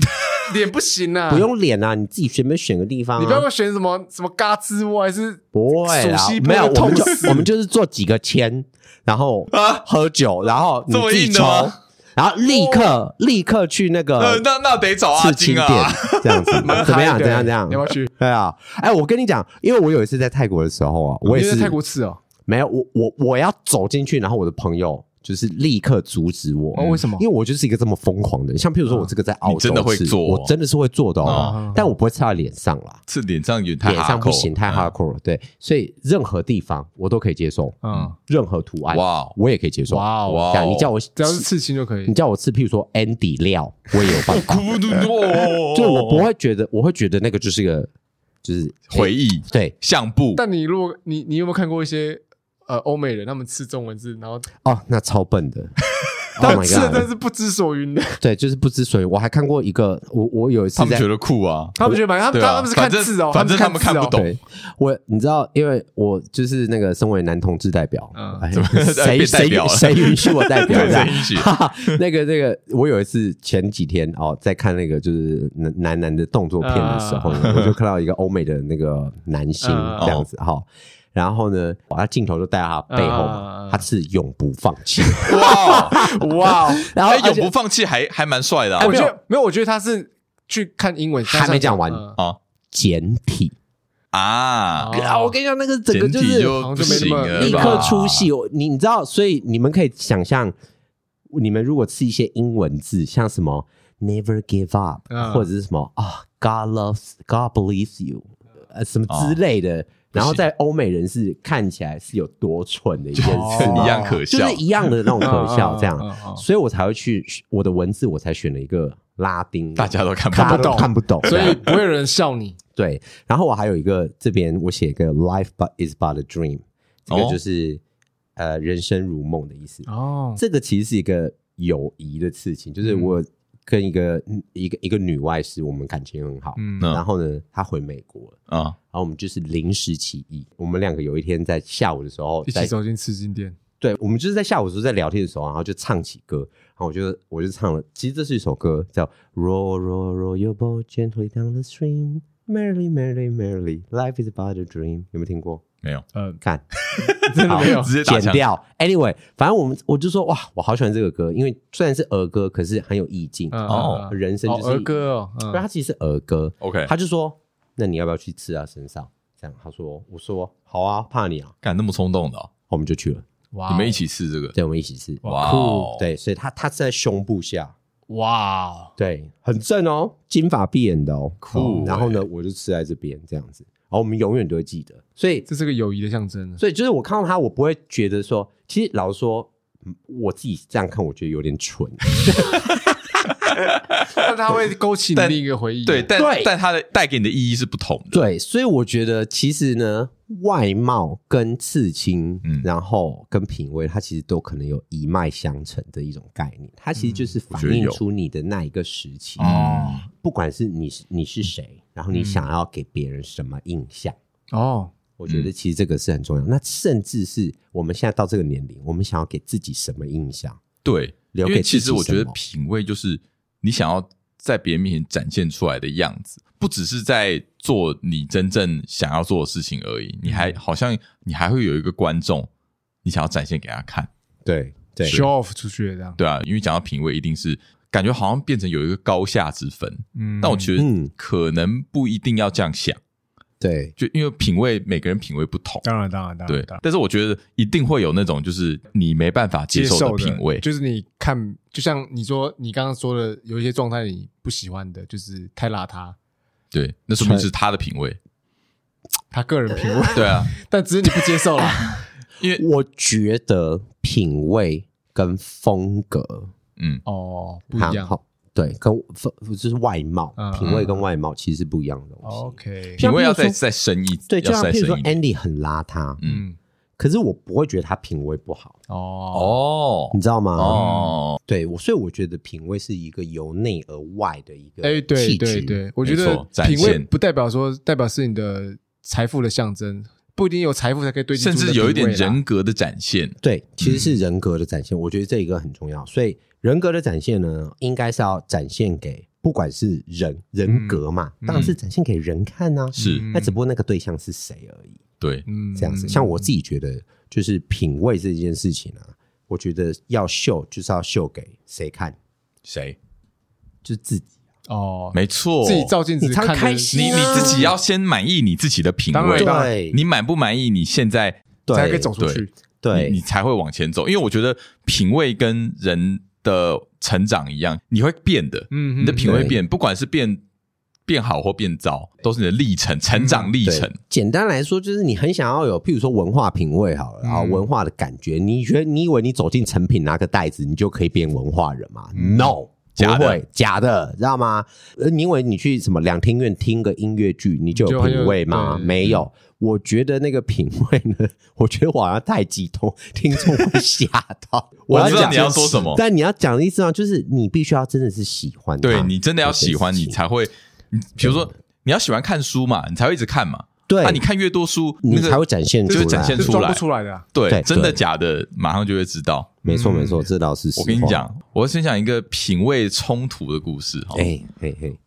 脸不行啊，
不。用脸啊，你自己随便选个地方、啊。
你不要给我选什么什么嘎吱窝，还是
不会啦
熟悉，不
没有，
会
我们就
痛死
我们就是做几个签，然后
啊
喝酒，然后你
这么
自己
硬的
抽
吗，
然后立
哦
刻立刻去那
呃
个
那那得找阿
刺青
金
店
啊，
这
[laughs]
样子
蛮，
怎么样？
嗨的
怎样？怎样
要？不要去？
对啊，哎，我跟你讲，因为我有一次在泰国的时候啊，我也
你
是
在泰国吃哦。
没有，我我我要走进去，然后我的朋友就是立刻阻止我。
哦，为什么嗯
因为？我就是一个这么疯狂的人，像譬如说我这个在澳洲
你真的会
吃
做哦
我真的是会做的哦
啊，
但我不会吃到脸上啦，
是脸上有点太
脸上不
hardcore
嗯
行，太 hardcore 了。对，所以任何地方我都可以接受，
嗯，
任何图案
哇
[laughs]
哦
我也可以接受。
哇哦
哇哦
这样你叫我
只要是刺青就可以
你。叫我吃，譬如说 Andy 料，我也有办法。
哭嘟嘟哦，
就是我不会觉得，我会觉得那个就是一个就是
回忆
对
相簿，
但你如果你你有没有看过一些呃欧美人他们吃中文字，然后
哦，那超笨
[laughs]
的。Oh
但
my
吃的
god！
真的是不知所云
[laughs]
的，
对，就是不知所以。我还看过一个，我我有一次
他们
在
觉得酷啊，
他们觉得蛮他们
对啊
他们是看字哦，
反正反正
是
他们看不
字哦
懂
对，我你知道，因为我就是那个身为男同志代表，
嗯
哎
怎么
谁
变代
谁
表了
谁允许我代表？
对
这样
谁允许
哈哈那个那个，我有一次前几天哦，在看那个就是男男男的动作片的时候呢，我就看到一个欧美的那个男星
嗯
这样子哈。然后呢，把他镜头就带到他背后嘛
嗯
他是永不放弃。
哇，
哇哦，
[laughs] 然后
嗯哎，
而
永
且
不放弃还还蛮帅的啊
哎我觉得没有，我觉得他是去看英文，
还没讲完
嗯
啊
简体
啊，
哦
啊，我跟你讲，那个整个
整
就
体
是
就不行
好像就
了吧，
没那么
立刻出戏。我你你知道，所以你们可以想象，你们如果吃一些英文字，像什么 “never give up”、
嗯
或者是什么啊、“God loves, God believes you”，呃，什么之类的。然后在欧美人是看起来是有多蠢的一件
就
事
是
嘛，
一样可
哦就
笑
是一样的那种可笑这样
嗯嗯嗯嗯，
所以我才会去我的文字，我才选了一个拉丁，
大家都看不
大
懂
家
看不
都
懂
看不懂，
所以不会有人笑你。
对，然后我还有一个这边我写一个 “life but is but a dream”，这个
哦
就是、呃人生如梦的意思。
[laughs] 哦，
这个其实是一个友谊的事情，就是
嗯
我跟一个、一个一个女外师，我们感情很好，
嗯
嗯
然后呢，她回美国了，
啊，
然后我们就是临时起意，我们两个有一天在下午的时候
一
在
起走进吃金店，
对，我们就是在下午的时候在聊天的时候，然后就唱起歌，然后我就我就唱了，其实这是一首歌叫《Row Row Row Your Boat Gently Down the Stream》，Merrily Merrily Merrily Life is but a dream，有没有听过？
没有，
嗯，
看，
真的没有
直接打
剪
枪，
掉。Anyway，反正我们我就说哇，我好喜欢这个歌，因为虽然是儿歌，可是很有意境。
嗯
哦嗯
嗯
人生
哦
就是啊
儿歌哦，嗯
不是，它其实是儿歌。
OK
他就说，那你要不要去吃他身上？这样，他说，我说好啊，怕你啊，
敢那么冲动的哦，
我们就去了，
哇哦
你们一起试这个，
对，我们一起吃。
哇
酷
哦，
对，所以他他是在胸部下，
哇哦，
对，很正哦，金发碧眼的哦，
酷欸
哦然后呢，我就吃在这边这样子，然后我们永远都会记得。所以，
这是个友谊的象征。啊
所以就是我看到他，我不会觉得说，其实老实说，嗯我自己这样看，我觉得有点
[laughs]
蠢。
但它会勾起你
但
另一个回忆啊。
对，但
对
但它的带给你的意义是不同的，
对，所以我觉得其实呢，外貌跟刺青，
嗯
然后跟品味，它其实都可能有一脉相承的一种概念。它其实就是
嗯我
反
觉得
映
有
出你的那一个时期，
哦嗯
不管是你是你是谁，然后你想要给别人什么印象。
哦，
我觉得其实这个是很重要。那甚至是我们现在到这个年龄，我们想要给自己什么印象？
对，因
留给
为其
自
实
己
我
什
觉得
么
品味就是你想要在别人面前展现出来的样子，不只是在做你真正想要做的事情而
嗯
已，你还好像你还会有一个观众，你想要展现给他看，
对对
show off 出去的这样。
对啊，因为讲到品味，一定是感觉好像变成有一个高下之分，
嗯
但我觉得
嗯
可能不一定要这样想，
对，
就因为品味每个人品味不同。
当然，当然，当然，
对
当然，
但是我觉得一定会有那种就是你没办法接
接
受的
受
品味，
就是你看，就像你说，你刚刚说的，有一些状态你不喜欢的，就是太邋遢，
对，那说明是他的品味。
他个人品味，
对啊，
[laughs] 但只是你不接受啦。
[laughs]
我觉得品味跟风格
嗯，
哦，不
还
一样。
好，对，跟风就是外貌
嗯，哦
品味跟外貌其实是不一样的东西。
OK，
像
品味
譬如
要再
说
再深一，
对，就
要
像
再
譬如
深
说哎
一点。
Andy 很邋遢，
嗯
嗯，
可是我不会觉得他品味不好，
哦
哦
你知道吗？
哦，
对，我所以我觉得品味是一个由内而外的一个
哎，对
气
对
质。
对，我
没
觉得
错展
品味
现
不代表说代表是你的财富的象征，不一定有财富才可以堆积出
甚
你的
至
品味
有
啦，
一点人格的展现。
对，其
嗯
实是人格的展现，我觉得这一个很重要。所以人格的展现呢，应该是要展现给不管是人人格嘛，当然是展现给人看啊。
是
嗯
那只不过那个对象是谁而已，
对，
嗯
这样子。像我自己觉得，就是品味这件事情啊，我觉得要秀就是要秀给谁看，
谁？
就是自己。
哦，
没错，
自己照镜子
你才
看
会
的
开心
你
啊
你自己要先满意你自己的品
当然
味
对，吧
对，
你满不满意？你现在
才
对
可以走出去。
对
你你才会往前走。因为我觉得品味跟人的成长一样，你会变的，
嗯
你的品味
对
变，不管是变变好或变糟，都是你的历程、成长历
嗯对
程。
简单来说，就是你很想要有，譬如说文化品味好了，然后
嗯
文化的感觉。你觉得你以为你走进成品拿个袋子，你就可以变文化人吗、
嗯
n o
假的
不会，假的，知道吗？呃，你以为你去什么两厅院听个音乐剧，你就
就
有
很有
品味吗？
对
没
嗯
有。我觉得那个品味呢， [laughs] 我觉得我好像太激动，听众会吓到。
[laughs] 我
要
知道
讲
你要说什么，
但你要讲的意思啊，就是你必须要真的是喜欢它，
对你真的要喜欢，
这件
你
事情
才会，你比如说你要喜欢看书嘛，你才会一直看嘛。
对，
啊，你看越多书，
你
那个
才会展现出
就
来，
会展现
这
出
装
来
不。出来的啊，
对，
对
真的
对
假的，马上就会知道。
没错
嗯
没错，这倒是实
我跟你
话，
讲，我先讲一个品味冲突的故事哈。
哎嘿嘿，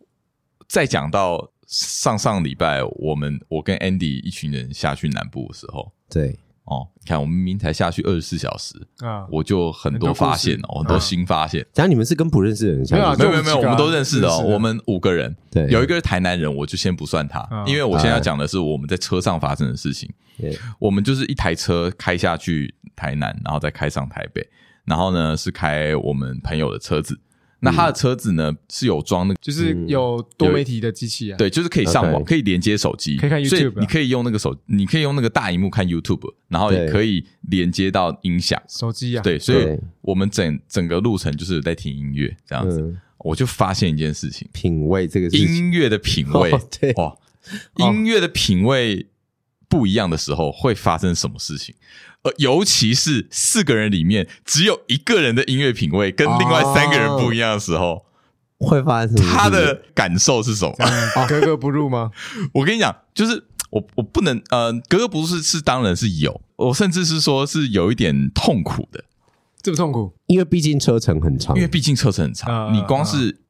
再讲到上上礼拜，我们我跟 Andy 一群人下去南部的时候，
对，
哦，你看我们明明才下去二十四小时，
啊，
我就很多
很多故事
发现哦，很多
嗯
新发现。
然后你们是跟不认识的人相
没有啊
没
处
有没有没有，
就我们几个啊
我们都认识的哦，
认识的
我们五个人，
对，
有一个是台南人，我就先不算他，
嗯
因为我现在要讲的是我们在车上发生的事情。
对
我们就是一台车开下去台南，然后再开上台北，然后呢是开我们朋友的车子。那他的车子呢是有装那个，
就是有多媒体的机器
嗯
啊，，
对，就是可以上网，
OK
可以连接手机，
可以看 YouTube
所以
啊
你可以用那个手，你可以用那个大荧幕看 YouTube，然后也
对
可以连接到音响。
手机啊，
对，所以
对
我们整整个路程就是在听音乐这样子。
嗯
我就发现一件事情，
品味这个事情，
音乐的品味
哦对，
哇，音乐的品味不一样的时候会发生什么事情？呃，尤其是四个人里面只有一个人的音乐品味跟另外三个人不一样的时
哦
候，
会发生什么事情？
他的感受是什么？
格格不入吗？
我跟你讲，就是我我不能，呃，格格不是是当然是有，我甚至是说是有一点痛苦的，
这么痛苦，
因为毕竟车程很长
因，为毕竟车程很
啊
嗯
长，你光是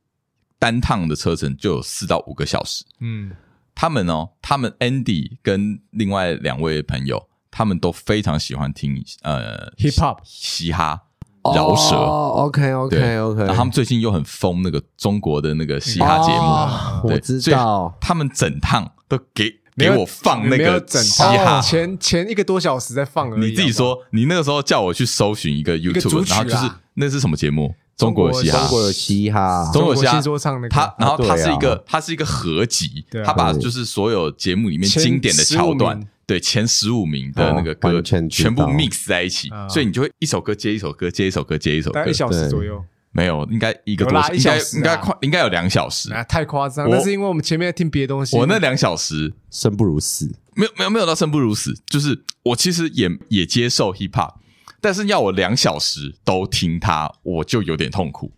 单趟的车程就有四到五个小时。
嗯，
他们哦，他们 Andy 跟另外两位朋友，他们都非常喜欢听呃
Hip hop
嘻哈
哦
饶舌。
OK
对
OK OK，
然后他们最近又很疯那个中国的那个嘻哈节目，
哦
对
我知
所以
道
他们整趟都给给
没有
我放那
没有
个
整
嘻
套哦
哈。
前前一个多小时在放而已，
你自己
好
说，你那个时候叫我去搜寻一个
个组
YouTube，
曲
然
啊
后就是那是什么节目？中国嘻哈
中。国有嘻哈，
不好，
中国
中
虾
新说唱那个，
他然后他
对啊
是一个，他是一个合集
嗯对，啊
他把就是所有节目里面
前
经典的桥
15
段
名，
对前十五名的那个
哦
歌，
完全知道
全部 mix 在一起
啊，
所以你就会一首歌接一首歌，接一首歌，接一首
大
歌
概一，小时
对
左右，
没有，应该一个
有
多
啦，一
应该
小时啊
应该快，应该有两小时。
啊，太夸张，
我
那是因为我们前面在听别的东西，
我那两小时
生不如死，
没有没有没有到生不如死，就是我其实也也接受 hip hop，但是要我两小时都听它，我就有点痛苦。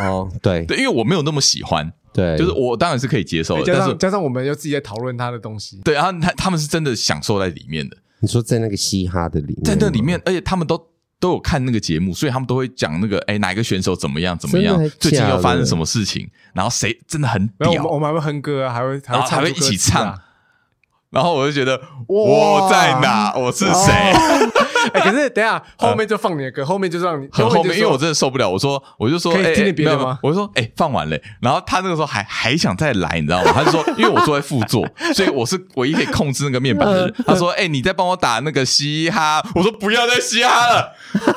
哦，对
对，因为我没有那么喜欢，
对，
就是我当然是可以接受的，
哎加
但是
上加上我们又自己在讨论他的东西，
对，然后他他们是真的享受在里面的，
你说在那个嘻哈的里面，
嗯
在那里面，而且他们都都有看那个节目，所以他们都会讲那个哎哪一个选手怎么样怎么样
真的，
最近
假
又
的
发生什么事情，然后谁真的很
然后我们
屌，
我们还会哼歌啊，还会
然
还会
后还
唱
会
出
一
歌词啊，
起唱，然后我就觉得我在哪，我是谁，
[laughs] 哎，可是等一下后面就放你的歌，后面就让你
很后面，因为我
这
真的受不了，我说我就说
可以
哎
听点
哎
别的
没有
吗
我就说哎放完了，然后他那个时候还还想再来，你知道吗？他就说 [laughs] 因为我坐在副座，所以我是唯一可以控制那个面板的人。
嗯
他说哎你再帮我打那个嘻哈，我说不要再嘻哈了，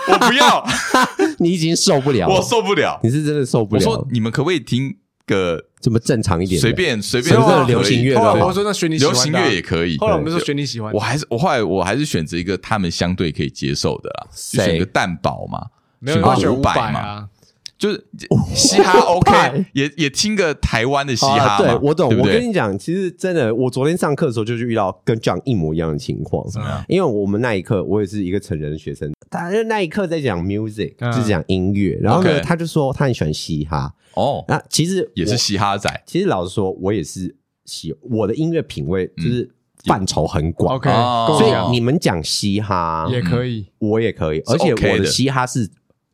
我不
[laughs]
要。
[laughs] 你已经受不了了，
我受不了。
你是真的受不
我
了，
说你们可不可以听个
这么正常一点的，
随便随
随
便
便
的
的流行乐
后
的
来我
话，
说那选你喜
流
欢的啊
行乐也可以。
后来我们就说选你喜欢
我
的，
还是我后来我还是选择一个他们相对可以接受的啦，就
谁
选个蛋堡嘛，
没有
个
要选
伍
五百
嘛。
啊，
[laughs]
就是嘻哈 OK，
派
也也听个台湾的嘻
好
哈
啊
嘛，
对我懂。
对不
我
对
跟你讲，其实真的，我昨天上课的时候就遇到跟 John 一模一样的情况。
怎么样？
因为我们那一刻，我也是一个成人的学生，他就那一刻在讲 music，、
嗯
就是讲音乐。然后呢
OK
他就说他很喜欢嘻哈。
哦，
那其实
也
我
是嘻哈仔
其实老实说，我也是喜我的音乐品味
嗯
就是范畴很广，
啊 OK，
哦
跟我
所
讲
以你们讲嘻哈
也可以。
我也可以，
是
而且
OK
我的
的
嘻哈是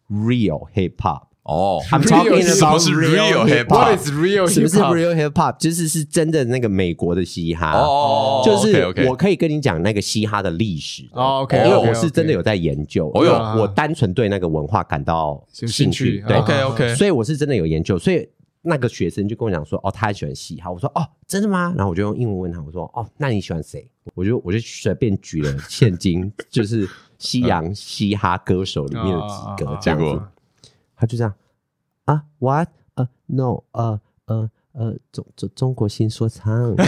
real hip hop。
哦，
I'm talking
什
about
么是 real hip hop？
What is
哦
real
是不是
hip hop？
real hip hop？就是是真的那个美国的嘻哈。
哦，
就
OK
是
OK，
我可以跟你讲那个嘻哈的历史的
哦，OK，
因为
OK，
我是真的有在研究，
哦哟
因为我单纯对那个文化感到
有
兴
趣
对
啊
OK OK，
所以我是真的有研究，所以那个学生就跟我讲说，哦，他很喜欢嘻哈，我说哦，真的吗？然后我就用英文问他，我说哦，那你喜欢谁？我就我就随便举了现今 [laughs] 就是西洋嘻哈歌手里面的几
嗯啊啊啊
个
啊
这样
结
子
果，
他就这样啊，what？呃，no，呃呃呃，中中中国新说唱。
[laughs]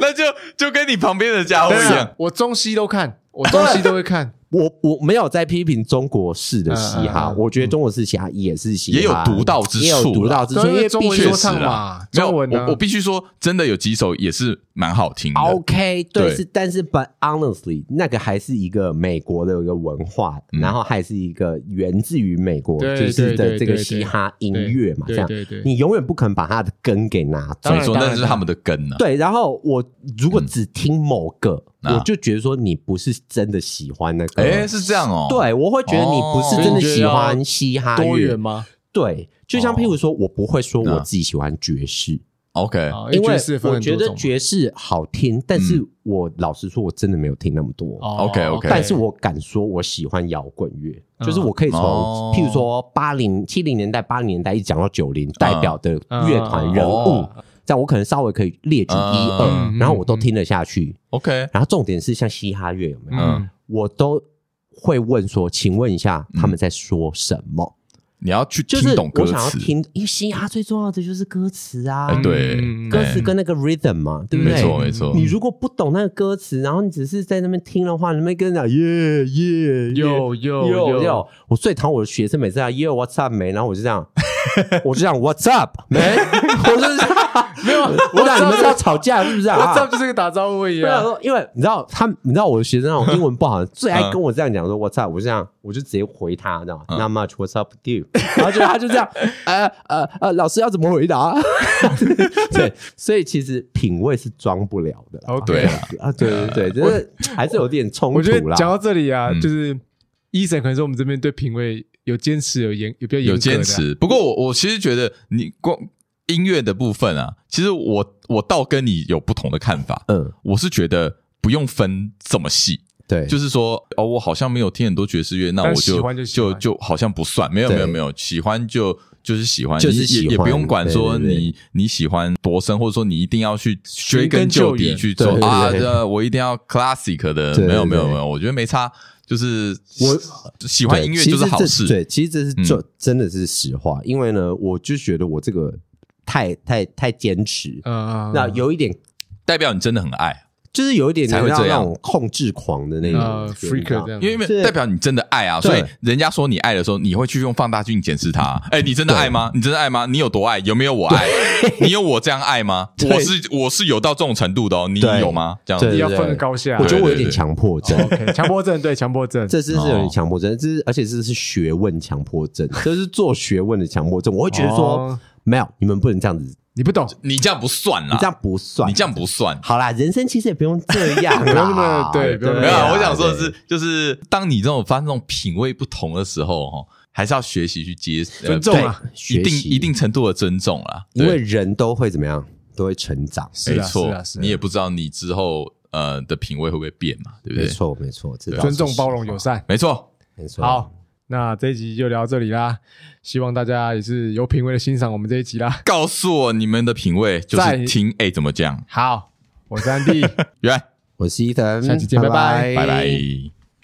那就就跟你旁边的家伙
对
一样
啊，我中西都看，我中西都会看。
我我没有在批评中国式的嘻哈，
嗯嗯嗯
我觉得中国式嘻哈也是嘻哈，
也有独到之处啦
也有独到之处，
对
因为
中
毕
文
竟
说
确实
唱
啦
嘛，
没有
中文啊
我我必须说，真的有几首也是蛮好听的。
OK，对
对
是，但是 But honestly，那个还是一个美国的一个文化，
嗯
然后还是一个源自于美国
对
就
对
是的
对
这个
对
嘻哈音乐嘛，这
对
样
对对对
你永远不肯把它的根给拿走
所。以说
当然
那是他们的根啊呢。
对，然后我如果只听某个，
嗯啊
我就觉得说你不是真的喜欢那个。
哎，是这样哦。
呃对，我会觉得你不
哦
是真的喜欢嘻哈乐
多元吗？
对，就像譬如
哦
说，我不会说
嗯
我自己喜欢爵士，
，OK，
啊
因
因
为
为爵士分
我
很
觉
多
得
种嘛
爵士好听，但是我老实说，我真的没有听那么多。
哦
OK，OK
但是我敢说，我喜欢摇滚乐，
嗯
就是我可以从
哦
譬如说八零七零年代、八零年代一直讲到九零，代表的
嗯
乐团人物
哦，
这样我可能稍微可以列举一
嗯
二，然后我都听得下去。
，OK，
然后重点是像嘻哈乐有没有？
嗯，
我都会问说，请问一下他们在说什么？
你要去
就是
听懂歌
我想要
词，
听，因为嘻哈最重要的就是歌词啊，
哎对
嗯
歌词跟那个 rhythm 嘛，对不对？
没错没错
你如果不懂那个歌词，然后你只是在那边听的话，你们跟人讲耶耶
有有
有
有
有，我最讨厌我的学生每次啊耶 what's up 没，然后我就这样，我就这样 what's up 没， [laughs] 我就是没有，我想
what's up
你们是要吵架是不是啊？
我这就是个打招呼啊一
不然
样。
说，因为你知道他，你知道我的学生那种英文不好，最爱跟我这样讲说 “What's up”，我就这样，我就直接回他，你知道吗
嗯
？Not much. What's up, dude？然 [laughs] 后就他就这样，呃呃呃，老师要怎么回答？ [laughs] 对，所以其实品味是装不了的啦。
OK
对
[laughs]
啊，
啊，对对对，就是还是有点冲
我觉得
突啦。
讲到这里啊
嗯，
就是医生可能是我们这边对品味有坚持，有严，有比较严
有
格的啊
坚。持。不过我我其实觉得你光音乐的部分啊，其实我我倒跟你有不同的看法。
嗯，
我是觉得不用分这么细，
对，
就是说哦，我好像没有听很多爵士乐，那我
但
就
喜欢就喜
就
欢
就好像不算。没有
对
没有没有，喜欢就就是喜欢，
就是
你
喜
也也
欢
不用管说
对对对
你你喜欢多深，或者说你一定要去追根
根
究
究
底
源
去
对
做
对
啊，
对
这我一定要 classic 的。
对对
没有没有
对
没有，我觉得没差，就是
我
喜欢音乐就是好事。
对，其实这是
嗯
这真的是实话，因为呢，我就觉得我这个太太太坚持，
嗯，
那有一点
代表你真的很爱，
就是有一点
才
才
会
会
这
那
样
种控制狂的那种
呃
感觉
freaker
你知道
这样
因为
是
代表你真的爱啊，
对
所以人家说你爱的时候，你会去用放大镜检视
[laughs]
他。哎，你真的爱吗？你真的爱吗？你有多爱？有没有我爱？ [laughs] 你有我这样爱吗？
对
我是我是有到这种程度的哦，你
对
有吗？这样子
对
要分个高下。
我觉得我
对
有
对
点
对
强迫症。
OK，强迫症对强迫症，
这是是有
哦
点强迫症，这是而且这是学问强迫症，这是做学问的强迫症。我会觉得说
哦，
没有，你们不能这样子，你
你不懂，
你这样不算啦，
这样不算，
啊你这样不算。
好啦，人生其实也不用这
[laughs]
样
不用那
啦
么，对不用那
没
么
有啊，
对
我想说的
对
是，就是当你这种发现这种品味不同的时候，哈，还是要学习去接呃
尊重啊
对
学
一定
习
一定程度的尊重啦。
因为
对
人都会怎么样，都会成长，
是
没
啊
错
是啊，是啊
你也不知道你之后呃的品味会不会变嘛，对不
没
对？
错没错，这倒
尊
是
重、包容、
实话
友，善。
没错，
没错。
好，那这一集就聊到这里啦，希望大家也是有品味的欣赏我们这一集啦。
告诉我你们的品味就是
在
听哎怎么讲，
[laughs]
好，我是安迪。
原来
我是伊藤，
下期见拜拜
拜拜。